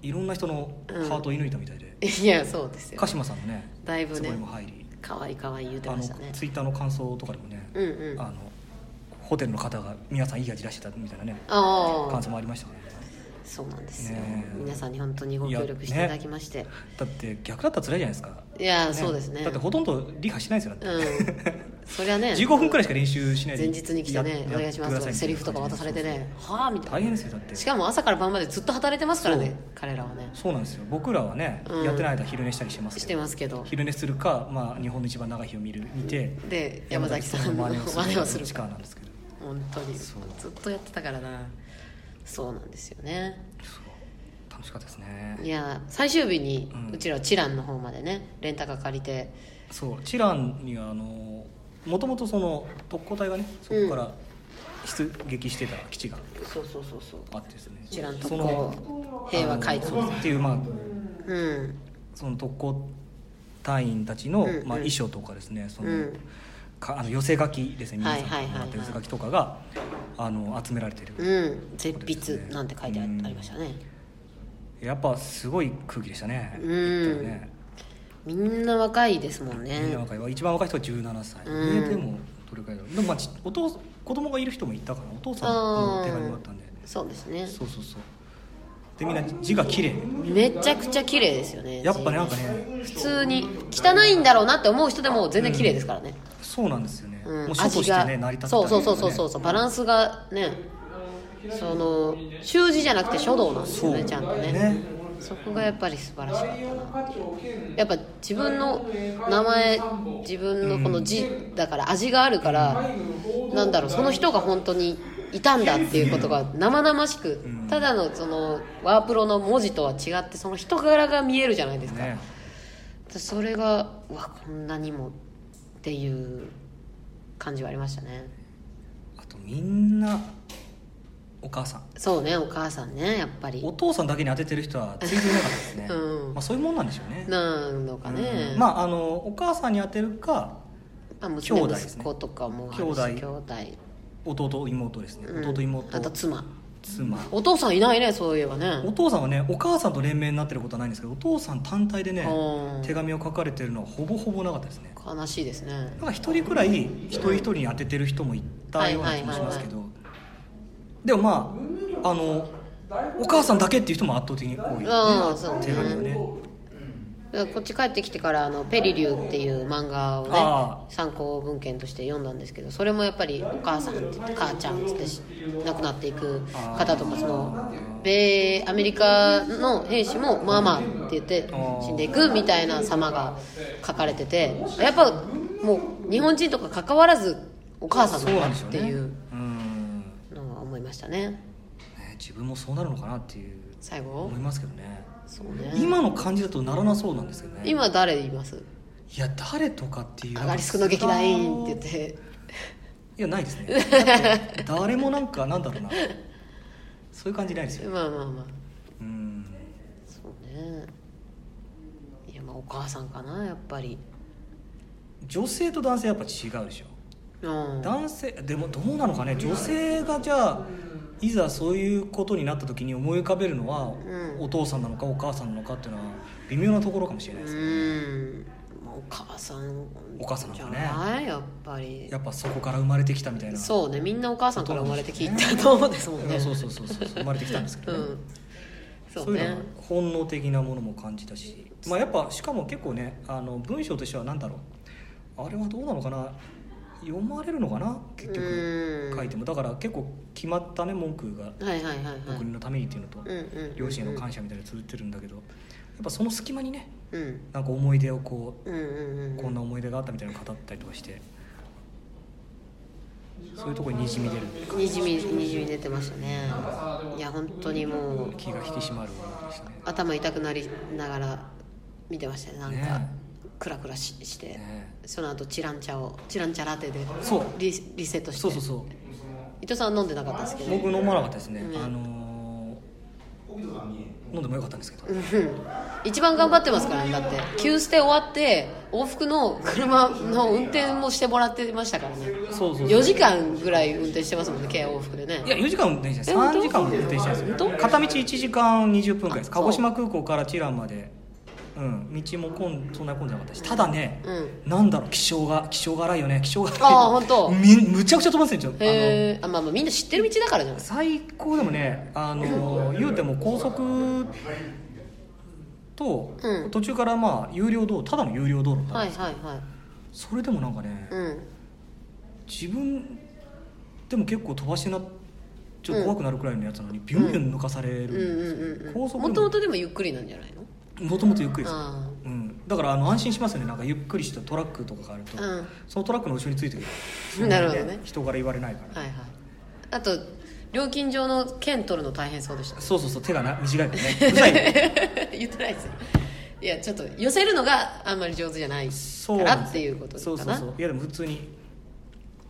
Speaker 3: いろんな人のハートを射抜いたみたいで、
Speaker 2: いやそうですよ
Speaker 3: 鹿島さんのね
Speaker 2: だいぶ
Speaker 3: そこ
Speaker 2: ね
Speaker 3: にも入り
Speaker 2: 可愛い可愛い言うて
Speaker 3: あ
Speaker 2: ま
Speaker 3: の
Speaker 2: したね
Speaker 3: ツイッターの感想とかでもね、
Speaker 2: うんうん
Speaker 3: あ
Speaker 2: あ
Speaker 3: のホテルの方が皆さんいい味出してたみたいなね
Speaker 2: あ
Speaker 3: 感想もありましたからね
Speaker 2: そうなんですよ、
Speaker 3: ねえ
Speaker 2: 皆さんに本当にご協力していただきましていや,、
Speaker 3: だって逆だったら辛いじゃないですか、ね
Speaker 2: そうですね
Speaker 3: だってほとんどリハしないですよだって、
Speaker 2: うんそりゃね
Speaker 3: 15分くらいしか練習しないで
Speaker 2: 前日に来て
Speaker 3: や
Speaker 2: ね
Speaker 3: っ
Speaker 2: お願いします
Speaker 3: やってく
Speaker 2: と
Speaker 3: ださ
Speaker 2: か
Speaker 3: い
Speaker 2: セリフとか渡されてねはあみた
Speaker 3: 大
Speaker 2: いな
Speaker 3: 変ですよだって
Speaker 2: しかも朝から晩までずっと働いてますから
Speaker 3: そ
Speaker 2: ね
Speaker 3: う
Speaker 2: 彼らはね
Speaker 3: そうなんですよ僕らはね、
Speaker 2: うん
Speaker 3: やってない間昼寝したりしてますけど
Speaker 2: してますけど
Speaker 3: 昼寝するか、まあ、日本の一番長い日を見る見て
Speaker 2: で山崎さんの
Speaker 3: 山崎さんの真
Speaker 2: 真
Speaker 3: 似
Speaker 2: 似
Speaker 3: を
Speaker 2: を
Speaker 3: す
Speaker 2: す
Speaker 3: る
Speaker 2: る
Speaker 3: 力なんですけど
Speaker 2: 本当にず
Speaker 3: そう
Speaker 2: っとやってたからなそうなんですよね
Speaker 3: そう楽しかったですね
Speaker 2: いや最終日に
Speaker 3: うん
Speaker 2: うちらはチランの方までねレンタカー借りて
Speaker 3: そうチランにはあのもともとその特攻隊がねそこから出撃してた基地が
Speaker 2: そうそうそうそう
Speaker 3: あってですね
Speaker 2: チラン
Speaker 3: そ
Speaker 2: 特
Speaker 3: の
Speaker 2: 攻平和会
Speaker 3: あの
Speaker 2: 館
Speaker 3: っていうまあ
Speaker 2: うん
Speaker 3: その特攻隊員たちの、
Speaker 2: うんうん
Speaker 3: まあ、衣装とかですねその、
Speaker 2: うん
Speaker 3: かあの寄せ書きですね皆さん
Speaker 2: はいはいはいはい
Speaker 3: もらった寄せ書きとかがあの集められてる、
Speaker 2: うん絶筆なんて書いてあありましたね
Speaker 3: やっぱすごい空気でしたね,、
Speaker 2: うん
Speaker 3: 言ったらね
Speaker 2: みんな若いですもん
Speaker 3: みん
Speaker 2: ね
Speaker 3: な若いわ一番若い人は17歳、
Speaker 2: うん
Speaker 3: 上でもどれくらいだろうでもまあちお父子供がいる人もいたからお父さんの手紙もあったんで
Speaker 2: そうですね
Speaker 3: そうそうそうでみんな字が綺麗
Speaker 2: めちゃくちゃ綺麗ですよね
Speaker 3: やっぱねなんかね
Speaker 2: 普通に汚いんだろうなって思う人でも全然綺麗ですからね、
Speaker 3: そうなんですよね、
Speaker 2: うん
Speaker 3: もう書と
Speaker 2: 味
Speaker 3: して
Speaker 2: が
Speaker 3: ね成り立って
Speaker 2: そ
Speaker 3: る
Speaker 2: うそうそうそうそう
Speaker 3: う
Speaker 2: そうバランスがねその習字じゃなくて書道なんですよね
Speaker 3: そう
Speaker 2: ちゃんとね
Speaker 3: ね
Speaker 2: そこがやっぱり素晴らしかったな
Speaker 5: 課長兼
Speaker 2: やっぱ自分の名前自分のこの字だから味があるから、なんだろうその人が本当にいたんだっていうことが生々しく、
Speaker 3: ん
Speaker 2: ただのそのワープロの文字とは違ってその人柄が見えるじゃないですか、
Speaker 3: ね
Speaker 2: それがうわこんなにもっていう感じはありましたね
Speaker 3: あとみんなお母さん
Speaker 2: そうねお母さんねやっぱり
Speaker 3: お父さんだけに当ててる人はついてなかったですね、
Speaker 2: うん
Speaker 3: まあ、そういうもんなんでしょうね
Speaker 2: なんのかね、
Speaker 3: うんまああのお母さんに当てるか
Speaker 2: まあ
Speaker 3: 兄
Speaker 2: 娘
Speaker 3: 弟ですね
Speaker 2: 息子とかもあるし
Speaker 3: 兄弟
Speaker 2: 兄弟
Speaker 3: 弟妹ですね、
Speaker 2: うん
Speaker 3: 弟妹
Speaker 2: あと妻
Speaker 3: 妻
Speaker 2: お父さんいないねそういえばね
Speaker 3: お父さんはねお母さんと連名になってることはないんですけどお父さん単体でね
Speaker 2: うん
Speaker 3: 手紙を書かれてるのはほぼほぼなかったですね
Speaker 2: 悲しいですね
Speaker 3: なんか一人くらい一人一人に当ててる人もいたような気もしますけどでもまああのお母さんだけっていう人も圧倒的に多い、ね
Speaker 2: ああそうね
Speaker 3: 手紙をね
Speaker 2: こっち帰ってきてから「あのペリリュー」っていう漫画を
Speaker 3: あ
Speaker 2: ね参考文献として読んだんですけどそれもやっぱりお母さんって言って母ちゃんって言ってし亡くなっていく方とかその米アメリカの兵士も「ママ」って言って
Speaker 3: あー
Speaker 2: 死んでいくみたいな様が書かれててやっぱもう日本人とか関わらずお母さん
Speaker 3: そう
Speaker 2: だ
Speaker 3: なん
Speaker 2: な
Speaker 3: で
Speaker 2: っ
Speaker 3: すよ
Speaker 2: て
Speaker 3: ね
Speaker 2: いう
Speaker 3: うんね
Speaker 2: のは思いましたね
Speaker 3: 自分もそうなるのかなっていう
Speaker 2: 最後
Speaker 3: 思いますけどね
Speaker 2: そうね
Speaker 3: 今の感じだとならなそうなんですけどね
Speaker 2: 今誰います
Speaker 3: いや誰とかっていう
Speaker 2: アガリスクの劇団員って言って
Speaker 3: いやないです ね誰もなんかなんだろうなそういう感じないですよ
Speaker 2: まあまあまあ
Speaker 3: うん
Speaker 2: そうねいやまあお母さんかなやっぱり
Speaker 3: 女性と男性やっぱ違うでしょ
Speaker 2: うん
Speaker 3: 男性でもどうなのかね女性がじゃあいざそういうことになった時に思い浮かべるのは、
Speaker 2: ん
Speaker 3: お父さんなのかお母さんなのかっていうのは微妙なところかもしれないで
Speaker 2: う
Speaker 3: す、
Speaker 2: んまあお母さん
Speaker 3: お母さんなの
Speaker 2: じ
Speaker 3: か
Speaker 2: ゃ
Speaker 3: ね
Speaker 2: ないやっぱり
Speaker 3: やっぱそこから生まれてきたみたいな
Speaker 2: そうねみんなお母さんから生まれてきたと思うんですもん
Speaker 3: いや
Speaker 2: ね
Speaker 3: そうそうそうそう生まれてきたんですけ
Speaker 2: う
Speaker 3: どね、
Speaker 2: ん
Speaker 3: そ
Speaker 2: そうう
Speaker 3: いう
Speaker 2: ね
Speaker 3: のは本能的なものも感じたし、まあ、やっぱしかも結構ねあの文章としては何だろうあれはどうなのかな読まれるのかな結
Speaker 2: う
Speaker 3: 局
Speaker 2: ん
Speaker 3: 書いてもだから結構決まったね文句が
Speaker 2: はいはいはいはい
Speaker 3: 「お国のために」っていうのと
Speaker 2: うんうんうん
Speaker 3: 両親への感謝みたいなの綴ってるんだけどやっぱその隙間にね
Speaker 2: うん
Speaker 3: なんか思い出をこ
Speaker 2: うんうんうん
Speaker 3: うこんな思い出があったみたいなの語ったりとかしてそういうところににじみ出る
Speaker 2: にじみにじみ出てましたね
Speaker 5: なんかさでも
Speaker 2: いや本当にもう
Speaker 3: 気が引き締まるものでしたね。
Speaker 2: 頭痛くなりながら見てましたねなんか
Speaker 3: ね
Speaker 2: クラクラしして
Speaker 3: ね
Speaker 2: その後チランチャをチランチャラテで
Speaker 3: そう
Speaker 2: リリセットして
Speaker 3: そうそうそう
Speaker 2: 伊藤さんは飲んでなかったですけど
Speaker 3: 僕飲まなかったですね、
Speaker 2: うん
Speaker 3: あの
Speaker 4: 沖野さんに
Speaker 3: ー飲んでもよかったんですけど、
Speaker 2: うん一番頑張ってますからねだって急捨て終わって往復の車の運転もしてもらってましたからね
Speaker 3: そうそうそう
Speaker 2: 4時間ぐらい運転してますもんね軽往復でね
Speaker 3: いや4時間運転して
Speaker 2: え
Speaker 3: ない
Speaker 2: 本当
Speaker 3: 3時間運転してないですよ
Speaker 2: 本当
Speaker 3: 片道1時間20分くらいです
Speaker 2: あ
Speaker 3: 鹿児島空港からチランまでうん道も混んそんなに混んでなかったしただね、
Speaker 2: うん
Speaker 3: なんだろう気象が気象が荒いよね気象が荒い
Speaker 2: ああ本 当
Speaker 3: みむちゃくちゃ飛ばすんですよあの
Speaker 2: へえあまあまあみんな知ってる道だからじゃない
Speaker 3: 最高でもねあの言うても高速と、
Speaker 2: うん
Speaker 3: 途中からまあ有料道路ただの有料道路だったん
Speaker 2: はい
Speaker 3: です、
Speaker 2: はいはい
Speaker 3: それでもなんかね、
Speaker 2: うん
Speaker 3: 自分でも結構飛ばしてなちょっと怖くなるくらいのやつなのにビュンビュン抜かされるん
Speaker 2: うんうん
Speaker 3: ですよ、
Speaker 2: うん
Speaker 3: 高
Speaker 2: うん
Speaker 3: 速
Speaker 2: もともとでもゆっくりなんじゃないの
Speaker 3: もともとゆっくりです、
Speaker 2: あ
Speaker 3: うん、だからあの安心しますよねなんかゆっくりしたトラックとかがあると、
Speaker 2: うん
Speaker 3: そのトラックの後ろについてくる
Speaker 2: あ なるほどね
Speaker 3: 人から言われないから、
Speaker 2: はいはいあと料金上の券取るの大変そうでした
Speaker 3: そうそうそう手がな短いから ねうざいね
Speaker 2: 言ってないですよいやちょっと寄せるのがあんまり上手じゃない
Speaker 3: そ
Speaker 2: か
Speaker 3: う
Speaker 2: ら
Speaker 3: なんです
Speaker 2: っていうことかな
Speaker 3: そうそうそういやでも普通に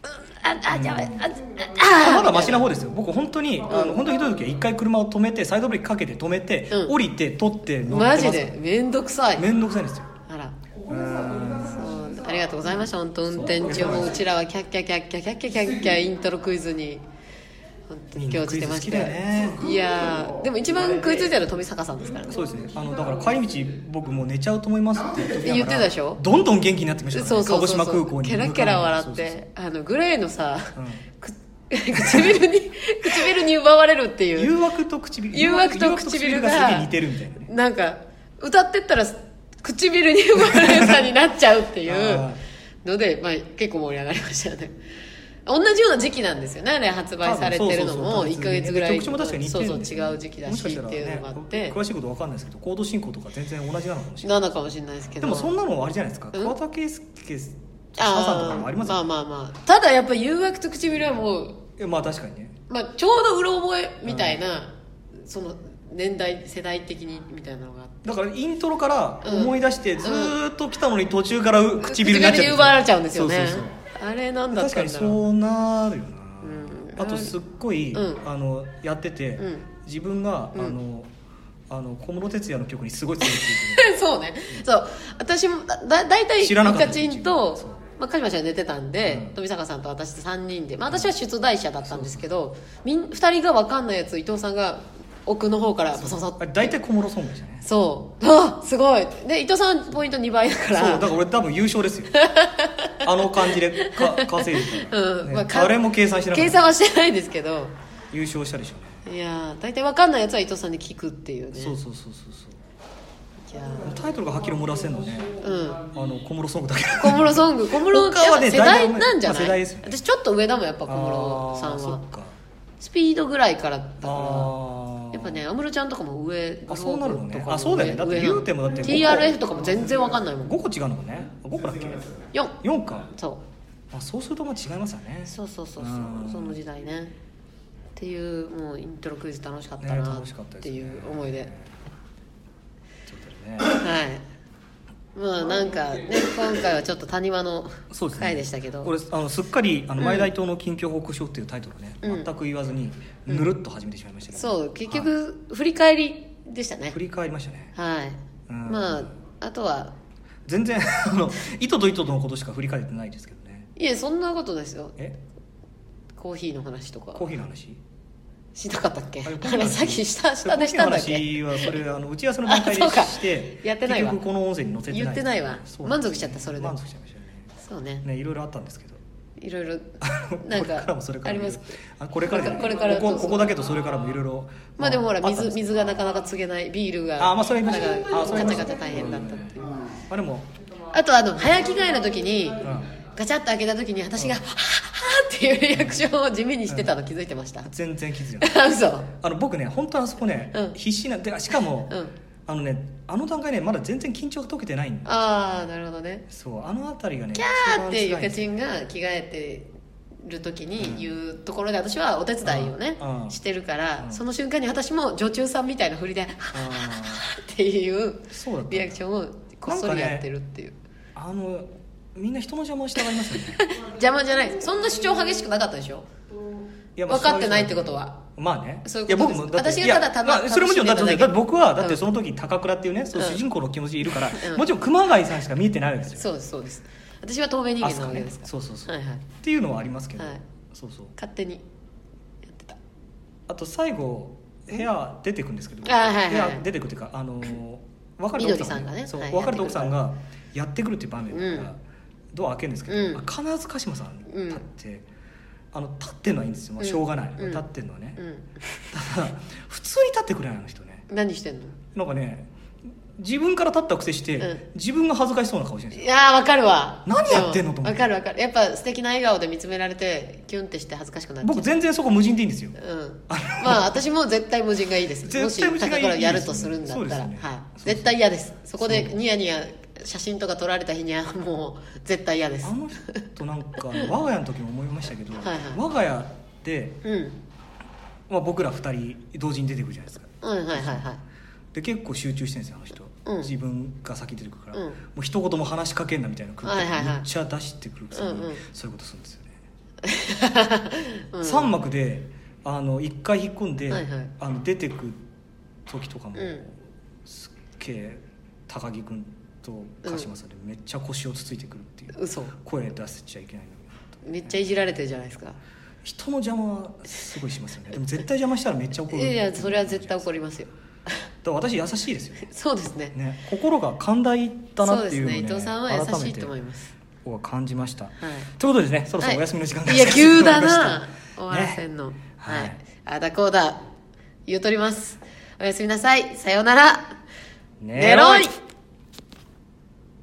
Speaker 2: ああやばいあ
Speaker 3: まだマシな方ですよ僕本当に、あの本当にひどい時は一回車を止めてサイドブレーキかけて止めて、
Speaker 2: うん
Speaker 3: 降りて取って乗ってま
Speaker 2: マ
Speaker 3: す
Speaker 2: ジで面倒くさい
Speaker 3: 面倒くさいんですよ
Speaker 2: あら
Speaker 3: うん
Speaker 2: そうありがとうございました本当運転中もうちらはキャッキャキャッキャキャッキャキャッキャイントロクイズに本当に今日してましたよ
Speaker 3: みんなクイズ好きだよ
Speaker 2: いやーでも一番食いついてるのは富坂さんですからね
Speaker 3: そうですね。あのだから帰り道僕もう寝ちゃうと思いますって言っ
Speaker 2: 言ってたでしょ
Speaker 3: どんどん元気になってきましたから
Speaker 2: そう
Speaker 3: ね。
Speaker 2: そ
Speaker 3: 鹿
Speaker 2: う
Speaker 3: 児
Speaker 2: そ
Speaker 3: 島
Speaker 2: うそ
Speaker 3: 空
Speaker 2: う
Speaker 3: 港に
Speaker 2: ケ
Speaker 3: 向かう
Speaker 2: ラケラ笑っ
Speaker 3: そうそう
Speaker 2: てあのグレーのさ
Speaker 3: うん
Speaker 2: く唇に唇に奪われるって
Speaker 3: そう
Speaker 2: いう
Speaker 3: 誘惑と唇
Speaker 2: 誘惑と唇が
Speaker 3: 誘惑とすげえ似てるみたいなね。
Speaker 2: なんか歌ってったら唇に奪われるさになっちゃうってい
Speaker 3: あ
Speaker 2: うので、まあ、結構盛り上がりましたよね同じような時期なんですよねあれ発売されてるの
Speaker 3: 多
Speaker 2: も
Speaker 3: 分そうそう
Speaker 2: 1
Speaker 3: そう
Speaker 2: か月ぐらい
Speaker 3: で曲調も確かに似て
Speaker 2: そう
Speaker 3: る
Speaker 2: そうん
Speaker 3: ですよ
Speaker 2: 違う時期だ
Speaker 3: もし
Speaker 2: し
Speaker 3: か
Speaker 2: って
Speaker 3: たら
Speaker 2: いうのがあって
Speaker 3: ね、詳しいことわかんないですけどコード進行とか全然同じなのかもしれない。
Speaker 2: なのかもしれないですけ
Speaker 3: で
Speaker 2: ど
Speaker 3: もそんなのあれじゃないですか。
Speaker 2: うん
Speaker 3: 桑田佳祐さんとか
Speaker 2: あ
Speaker 3: もあ
Speaker 2: あ
Speaker 3: ります
Speaker 2: まあ
Speaker 3: よ。
Speaker 2: まあまあただやっぱ誘惑と唇はもう
Speaker 3: いやまあ確かにね。
Speaker 2: まあ、ちょうどうろ覚えみたいな、その年代世代的にみたいなのがあって
Speaker 3: だからイントロから思い出して
Speaker 2: ん
Speaker 3: ずーっと来たのに途中からう唇になっちゃう
Speaker 2: 唇奪われちゃうんですよね
Speaker 3: そうそうそう
Speaker 2: あれなんだっ
Speaker 3: 確
Speaker 2: た
Speaker 3: か
Speaker 2: ん
Speaker 3: に
Speaker 2: だろう
Speaker 3: そうなるよな、
Speaker 2: うん
Speaker 3: あとすっごい、
Speaker 2: うん
Speaker 3: あのやってて、
Speaker 2: うん
Speaker 3: 自分が、
Speaker 2: うん
Speaker 3: あのあの小室哲哉の曲にすごい強いって
Speaker 2: そうねそう私もだだ大体
Speaker 3: 知らなかった
Speaker 2: イカチンとまあ、カジマ氏は寝てたんで、
Speaker 3: うん
Speaker 2: 富坂さんと私で3人で、まあ、私は出題者だったんですけど、みん2人が分かんないやつを伊藤さんが奥の方からパサパサっ
Speaker 3: あれ大体小室ソングでしたね
Speaker 2: そうあすごいで伊藤さんポイント2倍だか
Speaker 3: そう
Speaker 2: ら
Speaker 3: だから俺多分優勝です よあの感じでか稼いでたら、
Speaker 2: うん
Speaker 3: ね
Speaker 2: まあか
Speaker 3: 誰も計算してなか
Speaker 2: 計
Speaker 3: っ
Speaker 2: 算
Speaker 3: た
Speaker 2: はしてないですけど
Speaker 3: 優勝したでしょうね
Speaker 2: いやー大体分かんないやつは伊藤さんに聞くっていうね
Speaker 3: そうそうそうそうそう
Speaker 2: いやー
Speaker 3: タイトルがはっきり漏らせんのね
Speaker 2: うん
Speaker 3: あの小室ソングだけ
Speaker 2: 小室ソング小室
Speaker 3: 他はね
Speaker 2: やっぱ世代なんじゃ
Speaker 3: ま
Speaker 2: な
Speaker 3: あ
Speaker 2: い、
Speaker 3: 世代ですよね
Speaker 2: 私ちょっと上だもんやっぱ小室さ
Speaker 3: あー
Speaker 2: ん
Speaker 3: そ
Speaker 2: は
Speaker 3: っか
Speaker 2: スピードぐらいからだ
Speaker 3: あ
Speaker 2: から
Speaker 3: ー
Speaker 2: やっぱね安室ちゃんとかも上
Speaker 3: あそうなるのね
Speaker 2: グローブとかも
Speaker 3: あそうだよねだって
Speaker 2: 上なの
Speaker 3: 言うてもだって
Speaker 2: TRF とかも全然わかんないも
Speaker 3: 5
Speaker 2: ん
Speaker 3: 個違うのもね5個だっけ
Speaker 2: 4
Speaker 3: 4か
Speaker 2: そ
Speaker 3: あそうするとまあ違いますよね
Speaker 2: うそうそうそうそう
Speaker 3: うん
Speaker 2: その時代ねっていうもうイントロクイズ楽しかった
Speaker 3: ね
Speaker 2: な
Speaker 3: 楽しか
Speaker 2: った
Speaker 3: です
Speaker 2: て
Speaker 3: ね
Speaker 2: いう思いで
Speaker 3: ちょっとね
Speaker 2: はいまあなんかね今回はちょっと谷間の
Speaker 3: そうですね
Speaker 2: 回でしたけど
Speaker 3: 俺あのすっかり「あの前大統の近況報告書」っていうタイトルをね、
Speaker 2: うん
Speaker 3: 全く言わずにぬるっと始めてしまいましたけど、
Speaker 2: そう結
Speaker 3: は
Speaker 2: 局振り返りでした
Speaker 3: い
Speaker 2: ね
Speaker 3: 振り返りましたね
Speaker 2: はい
Speaker 3: うん
Speaker 2: まああとは
Speaker 3: 全然 あの糸と糸とのことしか振り返れてないですけどね
Speaker 2: いえそんなことですよ
Speaker 3: え
Speaker 2: コーヒーの話とか
Speaker 3: コーヒーの話
Speaker 2: しなかったっけ
Speaker 3: あれコーヒー
Speaker 2: あれさっき下下でし
Speaker 3: コー
Speaker 2: た
Speaker 3: ヒー
Speaker 2: ん
Speaker 3: の
Speaker 2: だっ
Speaker 3: 話
Speaker 2: け
Speaker 3: はそれあの打ち合わせの段階で
Speaker 2: あそうか
Speaker 3: して
Speaker 2: やってないわ
Speaker 3: 結局この音声に載せてない
Speaker 2: 言ってないわ
Speaker 3: そうなんです
Speaker 2: 満足しちゃったそれで
Speaker 3: 満足しちゃいましたよね
Speaker 2: そうね
Speaker 3: ねいろいろあったんですけど
Speaker 2: いろ いろ
Speaker 3: な
Speaker 2: なんん
Speaker 3: かこれからもそれ
Speaker 2: か
Speaker 3: からも
Speaker 2: あります
Speaker 3: あこれからじゃない
Speaker 2: これから
Speaker 3: こ
Speaker 2: そ
Speaker 3: こ
Speaker 2: うそう
Speaker 3: ここだけどそれからもいろいろ
Speaker 2: まあでもほら
Speaker 3: あったん
Speaker 2: 水
Speaker 3: ですけど
Speaker 2: 水がなかなか告げないビールが
Speaker 3: あまあそれは
Speaker 2: なん
Speaker 3: 言いまし
Speaker 2: か
Speaker 3: たねあそれ
Speaker 2: ガ
Speaker 3: は
Speaker 2: チ
Speaker 3: 言い
Speaker 2: ャガ
Speaker 3: ましたね
Speaker 2: チャ大変だったっていう
Speaker 3: あでも
Speaker 2: あとあの早着替えの時
Speaker 3: ん
Speaker 2: にガチャッと開けた時に私が「はぁはぁっていうリアクションを地味にしてたの気づいてました
Speaker 3: 全然気づいてない
Speaker 2: あ嘘
Speaker 3: あの僕ね本当あそこね、
Speaker 2: うん
Speaker 3: 必死なんでしかも、
Speaker 2: うん
Speaker 3: あのねあの段階ねまだ全然緊張が解けてないんだ
Speaker 2: ああなるほどね
Speaker 3: そうあの辺りがねキ
Speaker 2: 「あー」ってゆか
Speaker 3: ん
Speaker 2: ちんが着替えてる時に言うところで私はお手伝いをね
Speaker 3: うんうん
Speaker 2: してるから
Speaker 3: うん
Speaker 2: その瞬間に私も女中さんみたいな振りで「はぁはぁっていう
Speaker 3: そうだったんだ
Speaker 2: リアクションをこっそりやってるっていう
Speaker 3: あのみんな人の邪魔をしたがりますよ ね
Speaker 2: 邪魔じゃないそんな主張激しくなかったでしょ
Speaker 3: いやまあ
Speaker 2: 分かってないってことは
Speaker 3: まあね
Speaker 2: そういうことで
Speaker 3: や僕
Speaker 2: す
Speaker 3: もだって
Speaker 2: 私がただただ
Speaker 3: いやまあそれもちろんだって
Speaker 2: 楽しんでただけ
Speaker 3: だって僕はだっ
Speaker 2: う
Speaker 3: て
Speaker 2: ん
Speaker 3: その時高倉っていうね、そう
Speaker 2: うん
Speaker 3: 主人公の気持ちいるから、
Speaker 2: うん
Speaker 3: もちろん熊谷さんしか見えてないわけですよ
Speaker 2: そうですそうです私は透明人間なわけですから
Speaker 3: あそうかねそうそうそう
Speaker 2: はいはい、
Speaker 3: っていうのはありますけど、
Speaker 2: はい
Speaker 3: そうそう
Speaker 2: 勝手にやってた
Speaker 3: あと最後部屋出てくんですけど、
Speaker 2: あはいはい
Speaker 3: 部屋出てくっていうかあの ー別れた奥さんが
Speaker 2: 緑さんがね
Speaker 3: そう、
Speaker 2: はい
Speaker 3: 別れた奥さんがやってくるっていう場面だから、
Speaker 2: うん
Speaker 3: ドア開けるんですけど、
Speaker 2: うん
Speaker 3: まあ必ず鹿島さん
Speaker 2: うん
Speaker 3: 立って、あの立ってるのはいいんですよ、まあ、しょうがない、
Speaker 2: うん
Speaker 3: 立ってるのはね、
Speaker 2: うん
Speaker 3: ただ普通に立ってくれないあの人ね
Speaker 2: 何してんの
Speaker 3: なんかね自分から立ったくせして、
Speaker 2: うん
Speaker 3: 自分が恥ずかしそうな顔してるん
Speaker 2: い
Speaker 3: ですよ
Speaker 2: やーわかるわ
Speaker 3: 何やってんのと思って
Speaker 2: わかるわかるやっぱ素敵な笑顔で見つめられてキュンってして恥ずかしくなっちゃう
Speaker 3: 僕全然そこ無人でいいんですよ
Speaker 2: うん
Speaker 3: あの
Speaker 2: まあ私も絶対無人がいいで す
Speaker 3: 絶対無人がいい
Speaker 2: もし高倉やるとするんだった
Speaker 3: そ
Speaker 2: ら、
Speaker 3: うですよね
Speaker 2: はい、
Speaker 3: そう
Speaker 2: 絶対嫌ですそこでニヤニヤ写真とか撮られた日にはもう絶対嫌です
Speaker 3: あの人なんかあの我が家の時も思いましたけど
Speaker 2: はいはい
Speaker 3: 我が家って、
Speaker 2: うん
Speaker 3: まあ、僕ら2人同時に出てくるじゃないですか
Speaker 2: うんはいはいはい
Speaker 3: で結構集中してるんですよあの人、
Speaker 2: うん
Speaker 3: 自分が先に出てくるから、
Speaker 2: うん
Speaker 3: もう一言も話しかけんなみたいな空気
Speaker 2: はいはいはい
Speaker 3: めっちゃ出してくるくせに、
Speaker 2: うんうん
Speaker 3: そういうことするんですよね、3幕であの1回引っ込んで、
Speaker 2: はいはい
Speaker 3: あの出てく時とかも、
Speaker 2: うん
Speaker 3: すっげえ高木君と鹿島さんでめっちゃ腰をつついてくるっていう、
Speaker 2: 嘘
Speaker 3: 声出せちゃいけないのに
Speaker 2: めっちゃいじられてるじゃないですか
Speaker 3: 人の邪魔はすごいしますよねでも絶対邪魔したらめっちゃ怒る
Speaker 2: いやいやそれは絶対
Speaker 3: る
Speaker 2: 怒りますよ
Speaker 3: だから私優しいですよね
Speaker 2: そうですね
Speaker 3: ね心が寛大だなっていうのを
Speaker 2: そうですね伊藤さんは優しいと思
Speaker 3: 改めて
Speaker 2: います
Speaker 3: 僕は感じました、
Speaker 2: い
Speaker 3: ということでねそろそろお休みの時間が
Speaker 2: いや
Speaker 3: 近づいて
Speaker 2: 急
Speaker 3: まい
Speaker 2: だ
Speaker 3: りました
Speaker 2: な終わらせんの、
Speaker 3: ね
Speaker 2: はい、
Speaker 3: はい
Speaker 2: あだこうだ言うとりますおやすみなさいさようなら
Speaker 3: ね
Speaker 2: 寝ろい